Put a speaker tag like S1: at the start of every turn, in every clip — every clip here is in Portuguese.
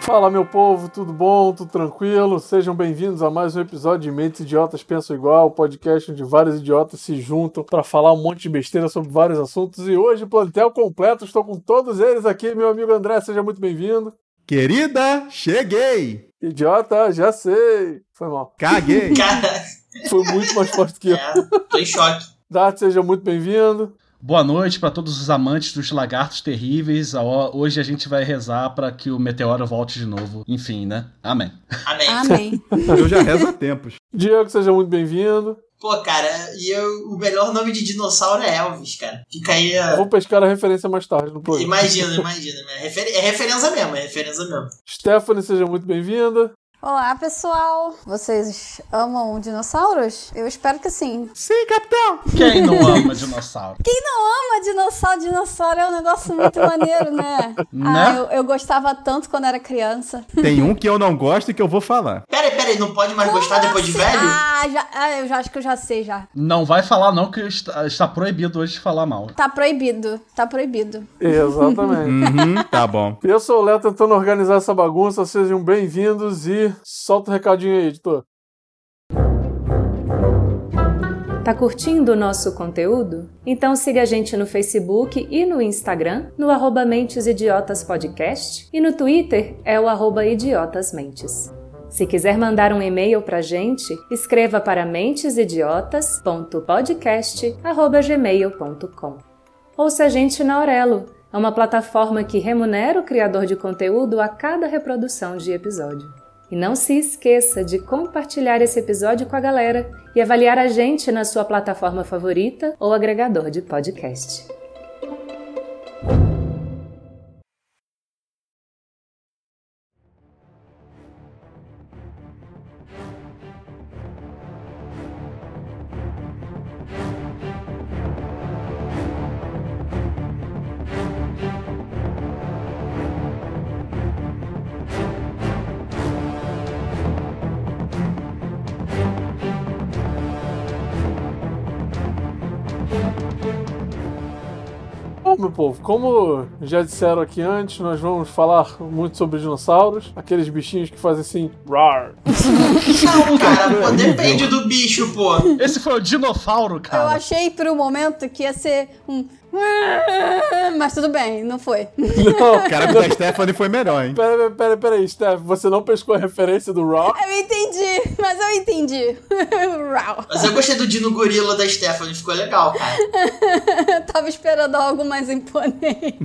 S1: Fala, meu povo, tudo bom? Tudo tranquilo? Sejam bem-vindos a mais um episódio de Mentes Idiotas Pensam Igual, o podcast onde vários idiotas se juntam para falar um monte de besteira sobre vários assuntos. E hoje, plantel completo, estou com todos eles aqui. Meu amigo André, seja muito bem-vindo.
S2: Querida, cheguei!
S1: Idiota, já sei. Foi mal.
S2: Caguei!
S3: Cara,
S1: Foi muito mais forte que eu.
S3: é, tô em choque.
S1: Dart, seja muito bem-vindo.
S4: Boa noite para todos os amantes dos lagartos terríveis. A- Hoje a gente vai rezar para que o meteoro volte de novo. Enfim, né? Amém.
S3: Amém.
S5: Amém.
S2: Eu já rezo há tempos.
S1: Diego, seja muito bem-vindo.
S3: Pô, cara, e eu- o melhor nome de dinossauro é Elvis, cara. Fica aí.
S1: Eu
S3: ó.
S1: Vou pescar a referência mais tarde no programa.
S3: Imagina, imagina. É, refer- é referência mesmo, é referência mesmo.
S1: Stephanie, seja muito bem-vinda.
S5: Olá, pessoal. Vocês amam dinossauros? Eu espero que sim.
S2: Sim, capitão!
S4: Quem não ama dinossauro?
S5: Ama dinossauro, dinossauro é um negócio muito maneiro, né? Ah,
S4: Né?
S5: eu, eu gostava tanto quando era criança.
S2: Tem um que eu não gosto e que eu vou falar.
S3: Pera aí, pera aí, não pode mais gostar depois de
S5: Sim.
S3: velho?
S5: Ah, já, ah, eu já acho que eu já sei já.
S4: Não vai falar não que está, está proibido hoje de falar mal.
S5: Tá proibido, tá proibido.
S1: Exatamente.
S2: Uhum, tá bom.
S1: Eu sou o Léo tentando organizar essa bagunça, sejam bem-vindos e solta o recadinho aí, editor.
S6: Tá curtindo o nosso conteúdo? Então siga a gente no Facebook e no Instagram, no arroba Mentes Idiotas Podcast, e no Twitter é o arroba Idiotas Mentes. Se quiser mandar um e-mail pra gente, escreva para mentesidiotas.podcast.gmail.com Ouça a gente na Aurelo, é uma plataforma que remunera o criador de conteúdo a cada reprodução de episódio. E não se esqueça de compartilhar esse episódio com a galera e avaliar a gente na sua plataforma favorita ou agregador de podcast.
S1: Bom, meu povo, como já disseram aqui antes, nós vamos falar muito sobre dinossauros, aqueles bichinhos que fazem assim, roar.
S3: Não, cara, pô, depende do bicho, pô.
S4: Esse foi o dinofauro,
S5: Eu
S4: cara.
S5: achei por um momento que ia ser um. Mas tudo bem, não foi.
S1: Não,
S2: O cara da Stephanie foi melhor, hein?
S1: pera, pera, pera, pera aí, Steph, você não pescou a referência do roar?
S5: Eu entendi, mas eu entendi. Rau.
S3: Mas eu gostei do Dino Gorila da Stephanie, ficou legal, cara.
S5: Eu tava esperando algo mais imponente.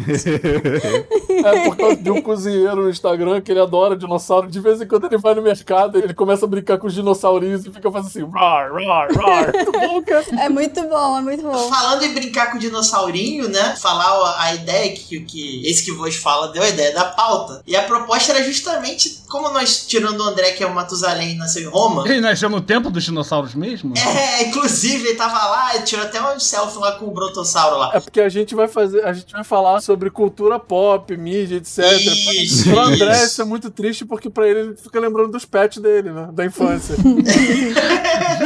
S1: É por causa de um cozinheiro no Instagram que ele adora dinossauro. De vez em quando ele vai no mercado, ele começa a brincar com os dinossaurinhos e fica fazendo assim, roar, roar, roar. Muito bom, cara.
S5: É muito bom, é muito bom.
S3: Falando em brincar com o dinossaurinho, né? Falar ó, a ideia que, que esse que vos fala deu a ideia da pauta. E a proposta era justamente, como nós, tirando o André, que é o Matusalém e nasceu em Roma,
S4: Ele nasceu no tempo dos dinossauros mesmo?
S3: É, inclusive ele tava lá e tirou até um selfie lá com o brontossauro lá.
S1: É porque a gente vai fazer, a gente vai falar sobre cultura pop, mídia, etc.
S3: Isso,
S1: Pro André
S3: isso.
S1: isso é muito triste porque pra ele ele fica lembrando dos pets dele, né, da infância.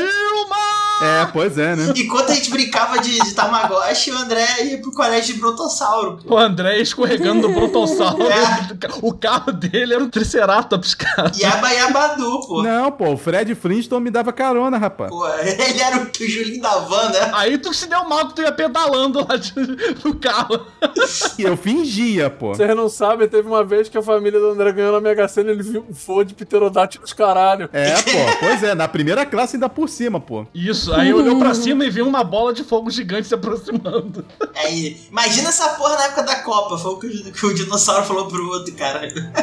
S2: É, pois é, né?
S3: Enquanto a gente brincava de, de Tamagotchi, o André ia pro colégio de brontossauro.
S4: O André escorregando do brontossauro.
S3: É.
S4: O carro dele era um triceratops, cara.
S3: Yaba Yabadu, pô.
S2: Não, pô, o Fred Flintstone me dava carona, rapaz.
S3: Pô, ele era o, o Julinho da van, né?
S4: Aí tu se deu mal que tu ia pedalando lá de- no carro.
S2: E eu fingia, pô.
S1: Vocês não sabem, teve uma vez que a família do André ganhou na Mega Sena, ele viu um voo de pterodátilos caralho.
S2: É, pô, pois é, na primeira classe ainda por cima, pô.
S4: Isso, aí olhou pra cima e viu uma bola de fogo gigante se aproximando.
S3: Aí, imagina essa porra na época da Copa. Foi o que, o que o dinossauro falou pro outro, cara.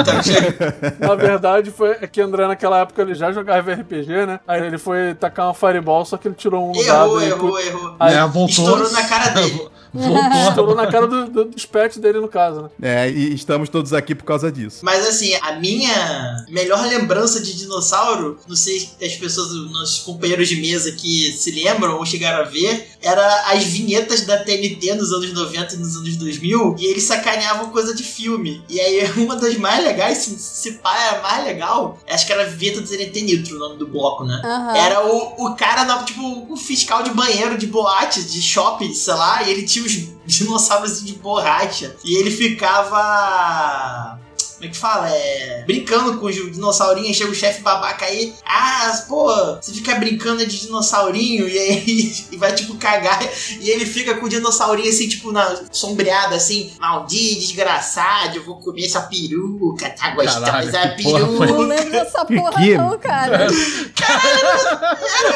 S3: Então, chega.
S1: Na verdade, foi é que o André naquela época ele já jogava RPG, né? Aí ele foi tacar uma fireball, só que ele tirou um dado
S3: errou,
S1: e
S3: errou, errou.
S1: Aí
S4: Né, voltou.
S3: Estourou na cara dele.
S1: estourou
S4: Voltou.
S1: na cara do, do, dos pets dele, no caso, né?
S2: É, e estamos todos aqui por causa disso.
S3: Mas assim, a minha melhor lembrança de dinossauro, não sei se as pessoas, os nossos companheiros de mesa que se lembram ou chegaram a ver, era as vinhetas da TNT nos anos 90 e nos anos 2000, e eles sacaneavam coisa de filme. E aí uma das mais legais, se, se pá, era a mais legal, acho que era a vinheta do TNT Nitro, o nome do bloco, né?
S5: Aham.
S3: Era o, o cara, na- tipo, um fiscal de banheiro, de boate, de shopping, sei lá, e ele tinha os dinossauros de borracha. E ele ficava. Como é gente fala, é. Brincando com os dinossaurinhos, chega o chefe babaca aí. Ah, pô, você fica brincando de dinossaurinho e aí e vai tipo cagar. E ele fica com o dinossaurinho assim, tipo, na, sombreado assim. Maldito, desgraçado, eu vou comer essa peruca, tá gostosa
S4: Caralho,
S3: a
S4: que porra foi?
S5: Não
S3: peruca.
S5: lembro dessa porra,
S2: que-
S5: não, cara.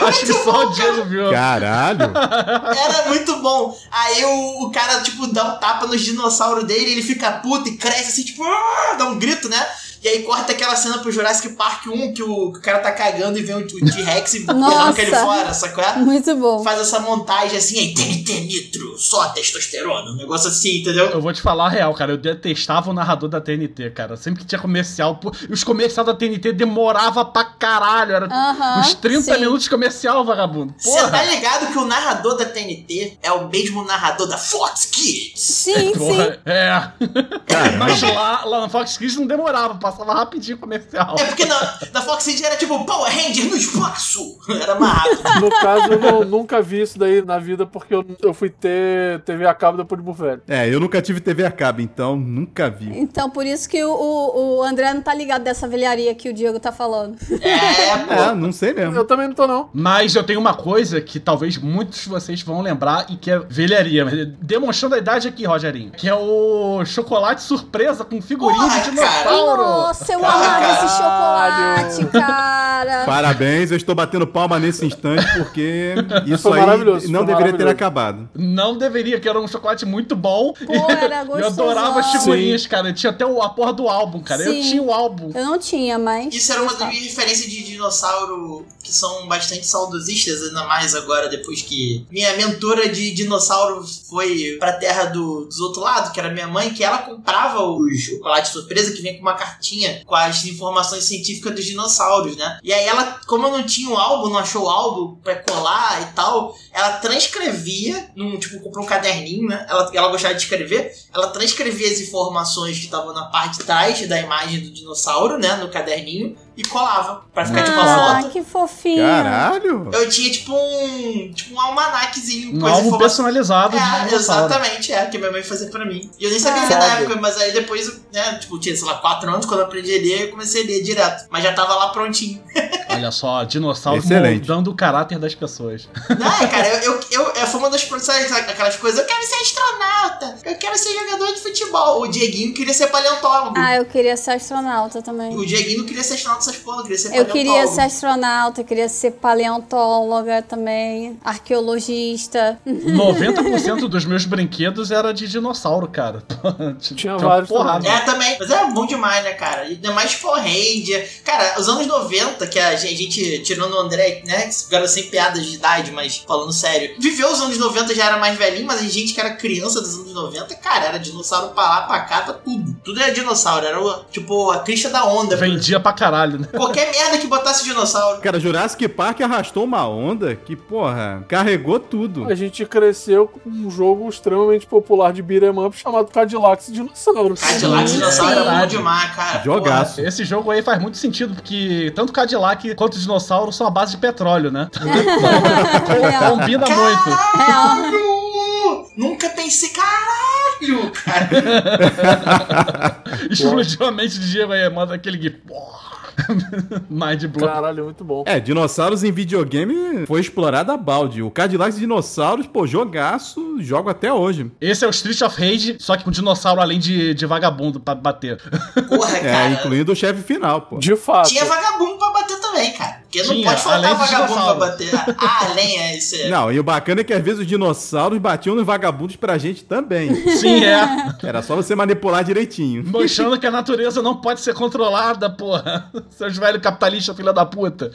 S4: Acho que só o Diego viu.
S2: Caralho.
S3: Era muito bom. Aí o, o cara, tipo, dá um tapa nos dinossauros dele, ele fica puto e cresce assim, tipo, "Ah!" dá um grito, né? E aí corta aquela cena pro Jurassic Park 1 que o, que o cara tá cagando e vem o, o T-Rex e
S5: Nossa.
S3: arranca ele fora, sacou? É?
S5: Muito bom.
S3: Faz essa montagem assim, aí TNT nitro, só testosterona, um negócio assim, entendeu?
S4: Eu vou te falar a real, cara. Eu detestava o narrador da TNT, cara. Sempre que tinha comercial, pô, os comercial da TNT demorava pra caralho. Era
S5: Aham,
S4: uns 30
S5: sim.
S4: minutos de comercial, vagabundo.
S3: Você tá
S4: Porra.
S3: ligado que o narrador da TNT é o mesmo narrador da Fox Kids?
S5: Sim,
S4: Porra,
S5: sim.
S4: é. Mas lá, lá na Fox Kids não demorava, passava rapidinho o comercial.
S3: É porque na, na Fox Kids era tipo Power Ranger no espaço! Era mais rápido.
S1: No caso, eu não- nunca vi isso daí na vida, porque eu, eu fui ter TV a cabo depois de Buffet.
S2: É, eu nunca tive TV a cabo, então nunca vi.
S5: Então, por isso que o, o, o André não tá ligado dessa velharia que o Diego tá falando.
S3: É, pô.
S2: É, não sei mesmo.
S1: Eu também não tô, não.
S4: Mas eu tenho uma coisa que talvez muitos de vocês vão lembrar e que é velharia. mas Demonstrando a idade aqui, Rogerinho. Que é o chocolate surpresa com figurinha
S3: Porra,
S4: de dinossauro.
S5: Nossa, eu amava esse
S1: Caralho.
S5: chocolate, cara.
S2: Parabéns, eu estou batendo palma nesse instante porque isso
S1: Foi
S2: aí
S1: maravilhoso,
S2: não
S1: foi
S2: deveria ter
S1: maravilhoso.
S2: acabado.
S4: Não deveria, que era um chocolate muito bom.
S5: Pô, era
S4: E
S3: é
S4: eu adorava as
S5: gostosão.
S4: figurinhas, cara. Eu tinha até o- a porra do álbum, cara. Eu
S5: Sim.
S4: tinha o álbum.
S5: Eu não tinha, mas.
S3: Isso era uma das minhas referências de dinossauro que são bastante saudosistas, ainda mais agora, depois que minha mentora de dinossauro foi pra terra do, dos outro lado, que era minha mãe, que ela comprava o chocolate surpresa que vem com uma cartinha com as informações científicas dos dinossauros, né? E aí ela, como eu não tinha o álbum, não achou o álbum pra colar e tal, ela transcrevia, num, tipo, comprou um caderninho, né? Ela, ela gostava de escrever, ela transcrevia as informações que estavam na parte de trás da imagem do dinossauro, né, no caderninho, e colava pra ficar tipo uma
S5: Ah,
S3: foto.
S5: que fofinho.
S2: Caralho!
S3: Eu tinha tipo um, tipo um almanaquezinho com
S4: Um
S3: as
S4: álbum
S3: informações.
S4: personalizado de
S3: É,
S4: dinossauro.
S3: exatamente, é, que minha mãe fazia pra mim. E eu nem sabia
S5: Ah.
S3: ler na
S1: Foda.
S3: época, mas aí depois, né, tipo, eu tinha, sei lá, 4 anos, quando eu aprendi a ler, eu comecei a ler direto. Mas já tava lá prontinho.
S4: Olha só, dinossauro
S2: Excelente.
S4: moldando o caráter das pessoas.
S3: Não, é, cara, eu, eu, eu, eu fui uma das produções, aquelas coisas, eu quero ser astronauta, eu quero ser jogador de futebol. O Dieguinho queria ser paleontólogo.
S5: Ah, eu queria ser astronauta também.
S3: O Dieguinho não queria ser astronauta essas porra, queria ser
S5: É. Eu
S3: é paleontólogo.
S5: queria ser astronauta, eu queria ser paleontóloga também, arqueologista.
S4: 90% dos meus brinquedos era de dinossauro, cara.
S1: Tinha vários
S4: porrada.
S3: É, também. Mas é bom demais, né, cara? E Ainda mais Power Ranger. Cara, os anos 90, que a gente, a gente, tirando o André, né? que Ficaram sem piadas de idade, mas falando sério. Viveu os anos 90, já era mais velhinho, mas a gente que era criança dos anos 90, cara, era dinossauro pra lá, pra cá, pra tudo. Tudo era dinossauro. Era, o, tipo, a crista da onda.
S4: Vendia pra caralho, né?
S3: Qualquer merda que botasse dinossauro.
S2: Cara, Jurassic Park arrastou uma onda que, porra, carregou tudo.
S1: A gente cresceu com um jogo extremamente popular de beat'em up chamado Cadillacs e Dinossauros.
S3: Cadillac
S4: Sim, é
S3: dinossauro era bom
S4: verdade.
S3: demais, cara.
S2: Jogaço.
S4: Esse jogo aí faz muito sentido, porque tanto Cadillac quanto dinossauro são a base de petróleo, né?
S5: Real.
S4: Combina muito.
S5: É,
S3: Caralho! Nunca pensei, caralho, cara.
S4: Explodiu a mente de Diego aí, manda aquele gif. Mind blow.
S1: Caralho, muito bom.
S2: É, dinossauros em videogame foi explorado a balde. O Cadillac de dinossauros, pô, jogaço, jogo até hoje.
S4: Esse é o Street of Rage, só que com dinossauro além de, de vagabundo pra bater.
S3: Porra,
S2: É,
S3: cara.
S2: incluindo o chefe final, pô.
S1: De fato.
S3: Tinha vagabundo pra bater também, cara. Porque não
S4: ah, Tinha,
S3: pode faltar
S4: além de
S3: vagabundo pra
S4: dinossauro.
S3: bater. Ah, além é isso aí.
S2: Não, e o bacana é que às vezes os dinossauros batiam nos vagabundos pra gente também.
S4: Sim, é.
S2: Era só você manipular direitinho.
S4: Mostrando que a natureza não pode ser controlada, porra. Seus velhos capitalistas, filha da puta.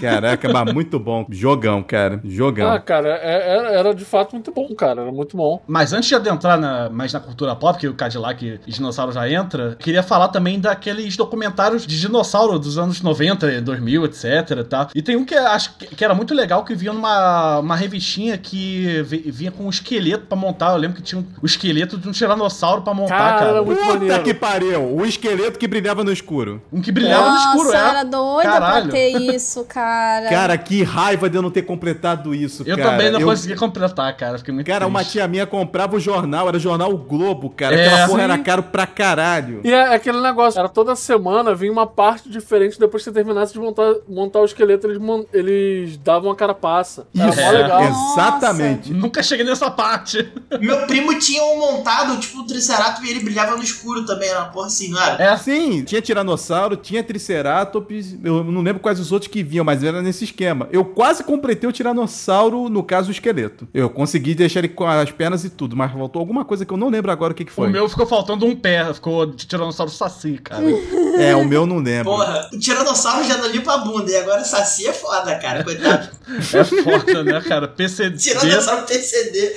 S2: Caraca, mas muito bom. Jogão, cara.
S1: Ah,
S2: Jogão.
S1: cara, é- era, era de fato muito bom, cara. Era muito bom.
S4: Mas antes de adentrar na, mais na cultura pop, que o Cadillac e dinossauro já entra, queria falar também daqueles documentários de dinossauro dos anos 90, 2000, etc. loucura, tá? E tem um que acho que que era muito legal que vinha numa uma revistinha que vi- vinha com um esqueleto pra montar. Eu lembro que tinha um, o esqueleto de um tiranossauro pra montar,
S1: Cara,
S4: cara.
S1: era muito
S2: Puta
S1: maneiro.
S2: que pariu! O esqueleto que brilhava no escuro.
S4: Um que brilhava
S5: Nossa,
S4: no escuro,
S5: eu
S4: é.
S5: era doida
S4: Caralho.
S5: pra ter isso, cara.
S2: Cara, que raiva de eu não ter completado isso,
S4: Eu
S2: cara.
S4: também não
S2: eu...
S4: consegui completar, cara. Fiquei muito
S2: Cara, uma
S4: triste.
S2: tia minha comprava o jornal, era o jornal O Globo, cara.
S4: É,
S2: Aquela porra
S4: sim.
S2: era caro pra caralho.
S1: E é aquele negócio, era toda semana vinha uma parte diferente, depois que você terminasse de montar, montar o esqueleto, eles, mon- eles davam a carapaça. Era
S2: Isso,
S1: mó é legal.
S2: É, exatamente.
S4: Nunca cheguei nessa parte.
S3: Meu primo tinha um montado, tipo um triceratops, e ele brilhava no escuro também, era uma porra assim, não era?
S4: É.
S2: Sim, tinha Tiranossauro, tinha Triceratops, eu não lembro quais os outros que vinham, mas era nesse esquema. Eu quase completei o Tiranossauro, no caso o esqueleto. Eu consegui deixar ele com as pernas e tudo, mas faltou alguma coisa que eu não lembro agora o que, que foi.
S4: O meu ficou faltando um pé, ficou de tiranossauro saci, cara.
S2: É, o meu não lembro.
S3: Porra, o Tiranossauro já não limpa a bunda, e agora Saci é foda, cara, coitado.
S4: é foda, né, cara? PCD.
S3: Tiranossauro TCD.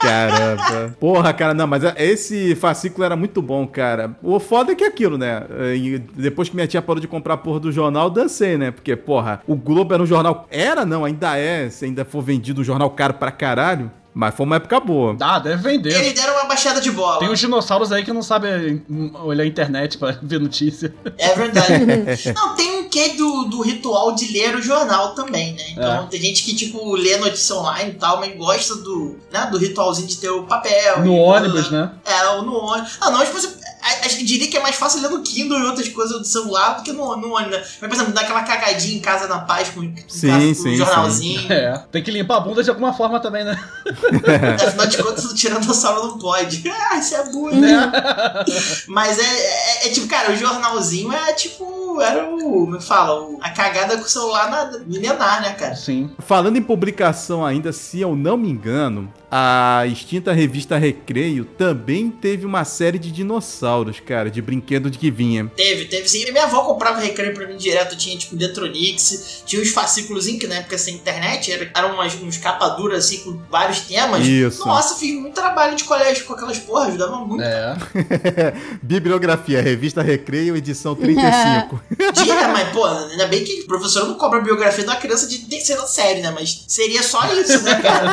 S2: Caramba. Porra, cara, não, mas esse fascículo era muito bom, cara. O foda é que é aquilo, né? E depois que minha tia parou de comprar a porra do jornal, eu dancei, né? Porque, porra, o Globo era um jornal. Era não, ainda é, se ainda for vendido um jornal caro pra caralho. Mas foi uma época boa.
S4: Dá, deve é vender.
S3: Eles deram uma baixada de bola.
S4: Tem um uns dinossauros aí que não sabem hum, olhar a internet pra ver notícia.
S3: É verdade. não, tem um quê do, do ritual de ler o jornal também, né?
S4: É.
S3: Então tem gente que, tipo, lê notícia online e tal, mas gosta do, né, do ritualzinho de ter É o papel.
S4: No
S3: e-
S4: ônibus, né?
S3: É, ou no ônibus. Ah, não, mas você. a- a gente diria que é mais fácil ler no Kindle e outras coisas do celular do que no, no ônibus, né? Mas, por exemplo, dá aquela cagadinha em casa na paz com, com,
S2: Sim,
S3: com o
S2: sim,
S3: jornalzinho.
S4: É. Tem que limpar a bunda de alguma forma também, né?
S3: É, Afinal de contas, o tiranossauro não pode. Ah, isso é burro, né? Mas é, é- é tipo, cara, o jornalzinho é tipo. Era o. Me fala, o- a cagada com o celular na, milenar, né, cara?
S4: Sim.
S2: Falando em publicação ainda, se eu não me engano, a extinta revista Recreio também teve uma série de dinossauros, cara, de brinquedo de que vinha.
S3: Teve, teve sim. E Minha avó comprava recreio pra mim direto. Tinha, tipo, Detronix, tinha os fascículos que na época sem internet, era- eram umas, uns capa dura, assim, com vários temas.
S2: Isso.
S3: Nossa, fiz muito trabalho de colégio com aquelas porras, ajudava muito.
S4: É.
S2: Bibliografia, revista Recreio, edição 35.
S3: Diga, né? mas, pô, ainda bem que o professor não cobra a biografia de uma criança de terceira série, né? Mas seria só isso, né, cara?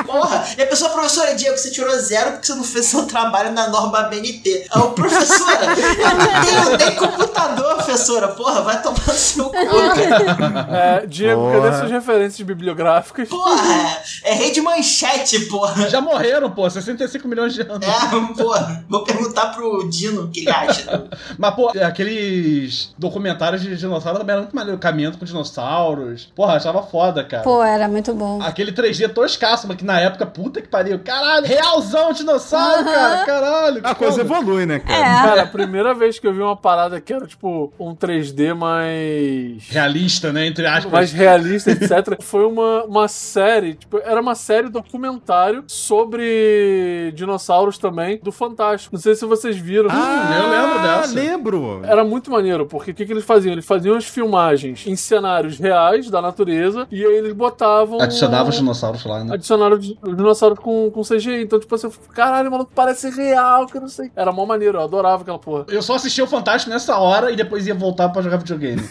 S5: É.
S3: Porra, e a pessoa, professora, Diego, você tirou zero porque você não fez seu trabalho na norma BNT. Aí o Ah, professora, eu não tenho nem computador, professora. Porra, vai tomar no seu cu, cara.
S1: É, Diego,
S2: Porra.
S1: cadê suas referências bibliográficas?
S3: Porra, é rede manchete, porra.
S4: Já morreram, pô, 65 milhões de anos.
S3: É, porra, vou perguntar pro Dino o que ele acha.
S4: Mas, pô, aqueles documentários de dinossauros também eram muito maneiro. Caminhando com dinossauros. Porra, achava foda, cara.
S5: Pô, era muito bom.
S4: Aquele 3D toscaço, mas que na época, puta que pariu. Caralho, realzão dinossauro, cara. Caralho. que
S2: A coisa
S4: foda.
S2: evolui, né, cara?
S5: É.
S1: Cara, a primeira vez que eu vi uma parada que era tipo um 3D mais.
S4: Realista, né? Entre aspas.
S1: mais realista, etc. Foi uma, uma série, tipo, era uma série documentário sobre dinossauros também, do Fantástico. Não sei se vocês viram.
S4: Ah, eu lembro dessa.
S2: Ah, lembro.
S1: Era muito maneiro, porque o que, que eles faziam? Eles faziam as filmagens em cenários reais da natureza e aí eles botavam. um
S4: Adicionava os dinossauros lá, né?
S1: Adicionaram di- os dinossauros com, com CGI. Então, tipo assim, eu fico, caralho, maluco, parece real, que eu não sei. Era mó maneiro, eu adorava aquela porra.
S4: Eu só assistia o Fantástico nessa hora e depois ia voltar pra jogar videogame.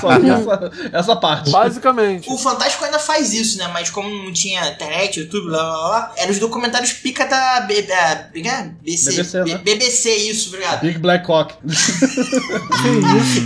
S4: só vi essa, essa parte.
S1: Basicamente.
S3: O Fantástico ainda faz isso, né? Mas como não tinha internet, YouTube, blá blá blá, eram os documentários pica da. B, da B, BC,
S4: BBC, né?
S3: BBC, isso, obrigado.
S4: Big Black Hawk.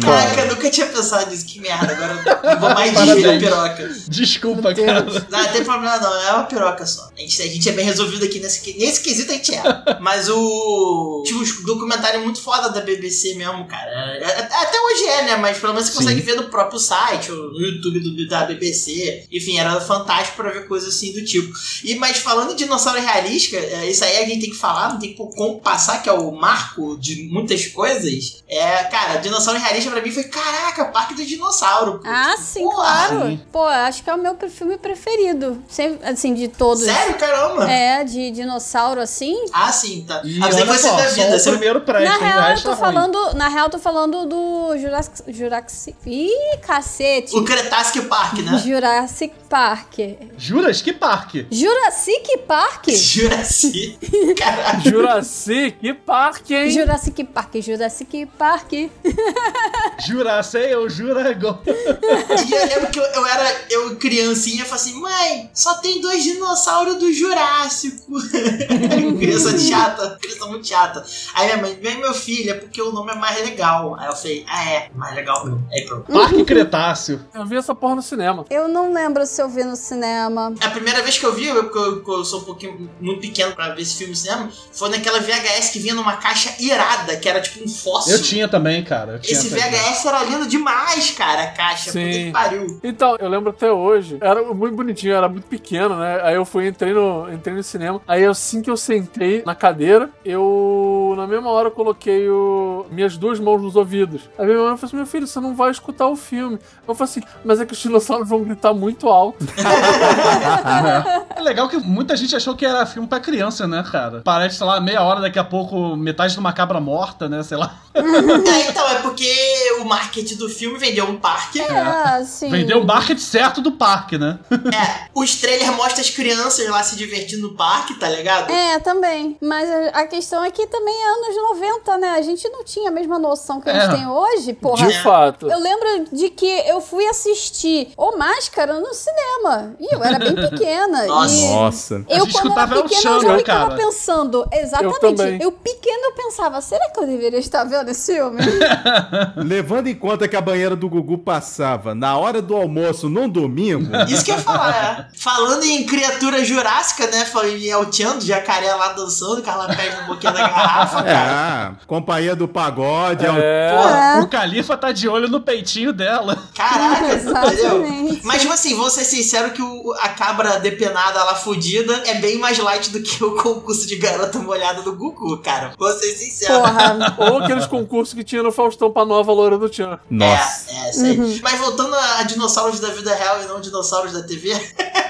S3: Caraca, eu nunca tinha pensado nisso, que merda. Agora eu vou mais digerir a piroca.
S4: Desculpa, cara.
S3: Não, não tem problema não, é uma piroca só. A gente, a gente é bem resolvido aqui nesse, que- nesse quesito, a gente é. Mas o. Tinha um documentário muito foda da BBC mesmo, cara. É- é- Até hoje é, né? Mas pelo menos você consegue ver no próprio site, ou no YouTube do- da BBC. Enfim, era fantástico pra ver coisas assim do tipo. E, mas falando de dinossauro realista, é, isso aí a gente tem que falar, não tem como passar, que é o marco de muitas coisas. É, cara, dinossauro realista pra mim foi: caraca, Parque do Dinossauro. pô.
S5: Ah, sim,
S3: Porra,
S5: claro.
S4: sim.
S5: Pô, acho que é o meu pre- filme preferido. Sem- assim, de todos.
S3: Sério, caramba?
S5: É, de dinossauro assim.
S3: Ah, sim, tá.
S4: E
S3: Ah, você
S4: olha
S3: foi
S4: só,
S3: da
S4: só
S3: vida.
S4: o
S3: Você...
S4: primeiro prédio.
S5: Na
S4: o
S5: real, eu
S4: resto é
S5: tô
S4: ruim.
S5: falando, na real, eu tô falando do o Jurassic. Jurassic Ih, cacete!
S3: O Cretacic Park, né?
S5: Jurassic Park.
S4: Juras? Que parque?
S5: Jurassic Park?
S3: Jurassic. Caralho.
S1: Jurassic Park, hein?
S5: Jurassic Park, Jurassic Park.
S4: Juracei eu jurago.
S3: E eu lembro que eu, eu era eu criancinha e falei assim: mãe, só tem dois dinossauros do Jurássico. criança chata, criança muito chata. Aí minha mãe, vem meu filho, é porque o nome é mais legal. Aí eu falei: ah, é, mais legal. meu." Aí pronto.
S4: Parque Cretáceo.
S1: Eu vi essa porra no cinema.
S5: Eu não lembro se eu vi no cinema.
S3: A primeira vez que eu vi, eu, porque eu, que eu sou um pouquinho muito pequeno pra ver esse filme no cinema, foi naquela VHS que vinha numa caixa irada, que era tipo um fóssil.
S4: Eu tinha também, cara. Eu tinha
S3: Esse
S4: também.
S3: VHS era lindo demais, cara, a caixa. Puta
S1: Sim.
S3: que pariu.
S1: Então, eu lembro até hoje, era muito bonitinho, era muito pequeno, né? Aí eu fui, entrei no, entrei no cinema, aí assim que eu sentei na cadeira, eu, na mesma hora, eu coloquei o- minhas duas mãos nos ouvidos. Aí minha mãe falou assim, meu filho, você não vai escutar o filme. Eu falei assim, mas é que os dinossauros vão gritar muito alto.
S4: É legal que muita gente achou que era filme pra criança, né, cara? Parece, sei lá, meia hora, daqui a pouco, metade de uma cabra morta, né? Sei lá.
S3: É, então, é porque o marketing do filme vendeu um parque.
S5: Ah, sim.
S4: É, Vendeu o market certo do parque, né?
S3: É, os trailers mostram as crianças lá se divertindo no parque, tá ligado?
S5: É, também. Mas a- a questão é que também é anos 90, né? A gente não tinha a mesma noção que a gente
S4: É.
S5: tem hoje, porra.
S1: De fato.
S5: Eu lembro de que eu fui assistir O Máscara no cinema. E eu era bem pequena.
S3: Nossa.
S5: E
S2: Nossa.
S5: Eu,
S4: gente
S5: quando
S4: escutava
S5: era
S4: El
S5: pequena, eu
S4: Chan,
S5: já
S4: né,
S5: ficava
S4: cara?
S5: pensando.
S1: Eu
S5: Exatamente.
S1: também.
S5: eu pequena, eu pensava, será que eu deveria estar vendo esse filme?
S2: Levando em conta que a banheira do Gugu passava na hora do almoço num domingo.
S3: Isso que eu ia falar, é. Falando em criatura jurássica, né? Falando em El Chan, do jacaré lá dançando, que ela pega um pouquinho da garrafa,
S2: É,
S3: cara.
S2: ah, companhia do pagode. É. o-
S1: É,
S5: É.
S4: O califa tá de olho no peitinho dela.
S3: Caraca, entendeu?
S5: Exatamente.
S3: Mas, tipo assim, vou ser sincero que o- a cabra depenada lá fudida é bem mais light do que o concurso de garota molhada do Gugu, cara. Vou ser sincero.
S5: Porra.
S1: ou aqueles concursos que tinha no Faustão pra nova loira do Tchan.
S2: Nossa.
S3: É, é, isso aí.
S1: Uhum.
S3: Mas voltando a, a dinossauros da vida real e não dinossauros da TV.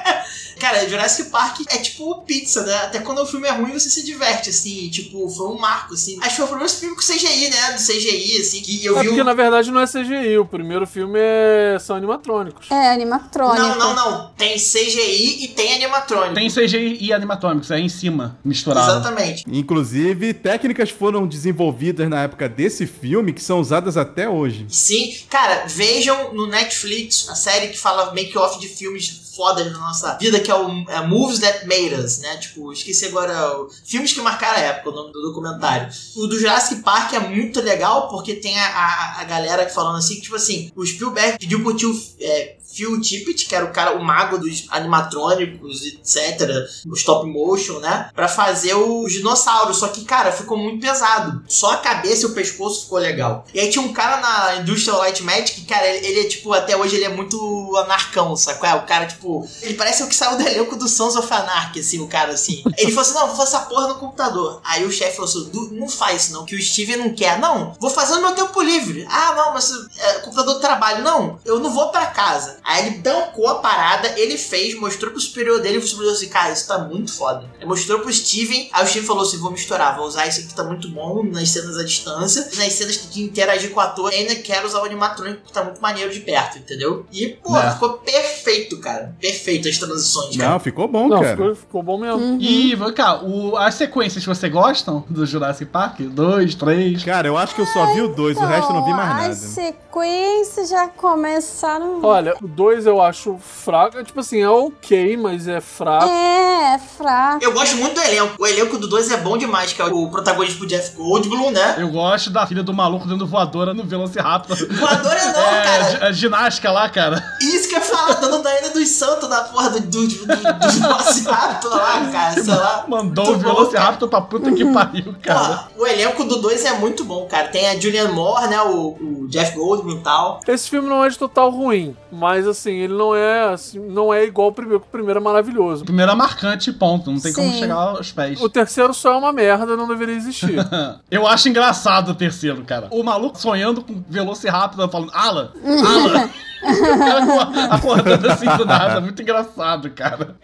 S3: Cara, Jurassic Park é tipo pizza, né? Até quando o filme é ruim, você se diverte, assim. Tipo, foi um marco, assim. Acho que foi o primeiro filme com CGI, né? Do CGI, assim, que eu
S1: É
S3: vi... o-
S1: porque, na verdade, não é CGI. O primeiro filme é... são animatrônicos.
S5: É, animatrônico.
S3: Não, não,
S1: né?
S3: não. Tem CGI e tem animatrônico.
S4: Tem CGI e animatômicos aí é em cima, misturado.
S3: Exatamente.
S2: Inclusive, técnicas foram desenvolvidas na época desse filme que são usadas até hoje.
S3: Sim, cara, vejam no Netflix a série que fala make-off de filmes fodas da nossa vida, que é o é Movies That Made Us, né? Tipo, esqueci agora. O, filmes que marcaram a época, o nome do documentário. O do Jurassic Park é muito legal, porque tem a, a, a galera falando assim, que, tipo assim, o Spielberg pediu pro tio. é, Phil Tippett, que era o cara, o mago dos animatrônicos, etc., o stop motion, né? Pra fazer os dinossauros. Só que, cara, ficou muito pesado. Só a cabeça e o pescoço ficou legal. E aí tinha um cara na Industrial Light Magic, que, cara, ele, ele é tipo, até hoje ele é muito anarcão, sacou? É, o cara, tipo, ele parece o que saiu do elenco do Sons of Anarchy, assim, o cara, assim. Ele falou assim: não, vou fazer essa porra no computador. Aí o chefe falou assim: "Du- não faz isso, não, que o Steven não quer. Não, vou fazer no meu tempo livre. Ah, não, mas é, computador do trabalho. Não, eu não vou pra casa. Aí ele dancou a parada, ele fez, mostrou pro superior dele, o superior disse, cara, isso tá muito foda. Aí mostrou pro Steven, aí o Steven falou assim, vou misturar, vou usar isso aqui, tá muito bom nas cenas à distância, nas cenas de interagir com o ator, ainda quero usar o animatrônico, que tá muito maneiro de perto, entendeu? E, pô,
S4: É.
S3: ficou perfeito, cara. Perfeito as transições, cara.
S2: Não, ficou bom,
S1: não,
S2: cara.
S1: ficou, ficou bom mesmo.
S4: E, vem cá, o- as sequências que você gostam do Jurassic Park? Dois, três.
S2: Cara, eu acho que eu só vi o dois, o resto eu não vi mais nada.
S5: As sequências já começaram.
S1: Olha, o 2 eu acho fraco. É, Tipo assim, é ok, mas é fraco.
S5: É, é fraco.
S3: Eu gosto muito do elenco. O elenco do 2 é bom demais, que é o protagonista do Jeff Goldblum, né?
S4: Eu gosto da filha do maluco dando voadora no Velociraptor.
S3: Voador é não, cara.
S4: É, gi- a ginástica lá, cara.
S3: Isso que eu ia falar, dando da Ana dos Santos da porra do, do, do, do Velociraptor lá, cara, sei lá.
S4: Mandou o
S3: Muito bom, Uhum.
S4: Velociraptor pra puta que pariu, cara.
S3: Porra, o elenco do 2 é muito bom, cara. Tem a Julianne Moore, né? O, o Jeff Goldblum e tal.
S1: Esse filme não é de total ruim, mas assim, ele não é assim, não é igual ao primeiro, que o primeiro é maravilhoso.
S4: O primeiro é marcante, ponto. Não tem como
S5: Sim.
S4: chegar aos pés.
S1: O terceiro só é uma merda, não deveria existir.
S4: Eu acho engraçado o terceiro, cara. O maluco sonhando com Velociraptor falando, Ala, Ala. O cara acordando assim do nada. Muito engraçado, cara.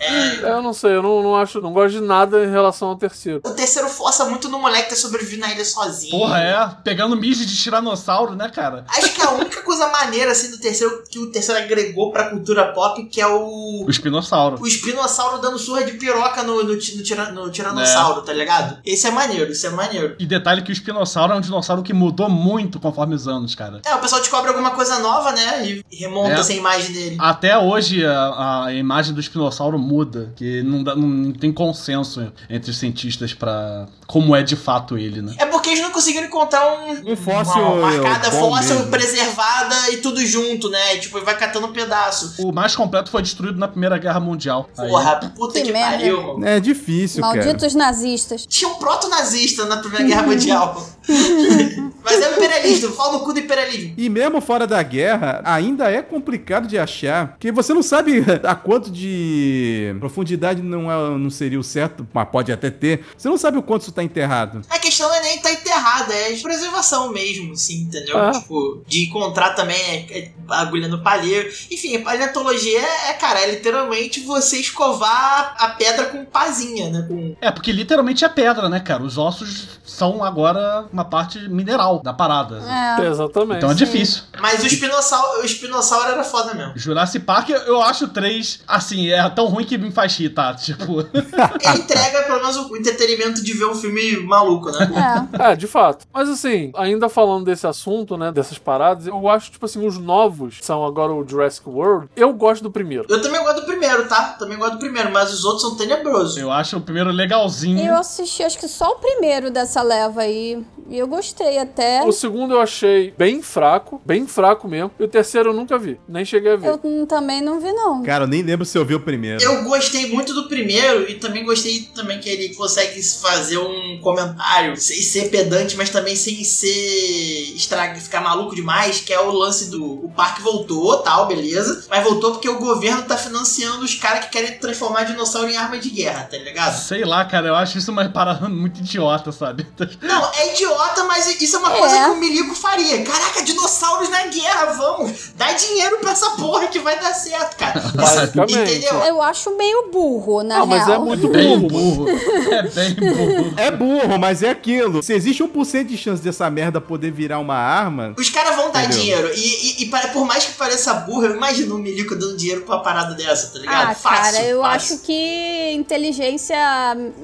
S1: Eu não sei, eu não, não acho, não gosto de nada em relação ao terceiro.
S3: O terceiro força muito no moleque ter sobrevivido na ilha sozinho.
S4: Porra, é. Pegando mijo de tiranossauro, né, cara?
S3: Acho que a única coisa maneira, assim, do terceiro, que o terceiro agregou pra cultura pop, que é o...
S4: O espinossauro.
S3: O espinossauro dando surra de piroca no, no, ti- no tira- no tiranossauro, tá ligado? Esse é maneiro, esse é maneiro.
S4: E detalhe que o espinossauro é um dinossauro que mudou muito conforme os anos, cara.
S3: É, o pessoal descobre alguma coisa nova, né? E remonta
S4: É.
S3: essa imagem dele.
S4: Até hoje a, a imagem do espinossauro muda, que não, dá- não tem consenso entre os cientistas pra como é de fato ele, né?
S3: É porque eles não conseguiram encontrar um,
S2: Um fóssil
S3: uma marcada
S2: bom
S3: fóssil
S2: mesmo.
S3: preservada e tudo junto, né? E, tipo, vai catando um pedaço.
S4: O mais completo foi destruído na Primeira Guerra Mundial. Aí-
S3: Porra, puta
S5: Que
S3: que,
S5: merda.
S3: pariu, mano.
S2: É difícil, cara.
S5: Malditos nazistas.
S3: Tinha um proto-nazista na Primeira Guerra Mundial. Mas é imperialista, fala no cu do imperialismo.
S2: E mesmo fora da guerra, ainda é complicado de achar, porque você não sabe a quanto de profundidade não, é- não seria o certo, mas pode até ter. Você não sabe o quanto isso tá enterrado.
S3: A questão não é nem tá enterrada, é de preservação mesmo, assim, entendeu?
S1: Ah.
S3: Tipo, de encontrar também é, é agulha no palheiro. Enfim, a paleontologia é, é, cara, é literalmente você escovar a pedra com pazinha, né? Com...
S4: É, porque literalmente é pedra, né, cara? Os ossos são agora uma parte mineral da parada. né?
S5: É.
S1: Exatamente.
S4: Então é difícil.
S3: Mas o espinossauro, o espinossauro era foda mesmo.
S4: Jurassic Park, eu acho três, assim, é tão ruim que me faz rir, tá? Tipo,
S3: Ele entrega pelo menos o entretenimento de ver um filme maluco, né?
S5: É.
S1: É, de fato. Mas assim, ainda falando desse assunto, né, dessas paradas, eu acho, tipo assim, os novos, que são agora o Jurassic World, eu gosto do primeiro.
S3: Eu também gosto do primeiro, tá? Também gosto do primeiro, mas os outros são tenebrosos.
S4: eu acho o primeiro legalzinho.
S5: Eu assisti, acho que só o primeiro dessa leva aí. E eu gostei até.
S1: O segundo eu achei bem fraco, bem fraco mesmo. E o terceiro eu nunca vi, nem cheguei a ver.
S5: Eu n- também não vi, não.
S2: Cara, eu nem lembro se eu vi o primeiro.
S3: Eu gostei muito do primeiro e também gostei também que ele consegue fazer um comentário sem ser pedante, mas também sem ser estraga, ficar maluco demais, que é o lance do o parque voltou, tal, beleza? Mas voltou porque o governo tá financiando os caras que querem transformar dinossauro em arma de guerra, tá ligado?
S4: Sei lá, cara, eu acho isso uma parada muito idiota, sabe? Tipo,
S3: Não, é idiota, mas isso é uma coisa
S5: É.
S3: que o Milico faria. Caraca, dinossauros na guerra, vamos! Dá dinheiro pra essa porra que vai dar certo, cara.
S1: Basicamente.
S3: Entendeu?
S5: Eu acho meio burro, na
S1: Ah,
S5: real.
S1: mas é muito
S4: Bem
S1: burro.
S4: burro. É bem burro.
S2: É burro, mas é aquilo. Se existe 1% de chance dessa merda poder virar uma arma,
S3: Os caras vão dar
S2: Entendeu?
S3: dinheiro. E, e, e para- por mais que pareça burro, eu imagino o Milico dando dinheiro pra uma parada dessa, tá ligado?
S5: Ah, cara, eu acho que inteligência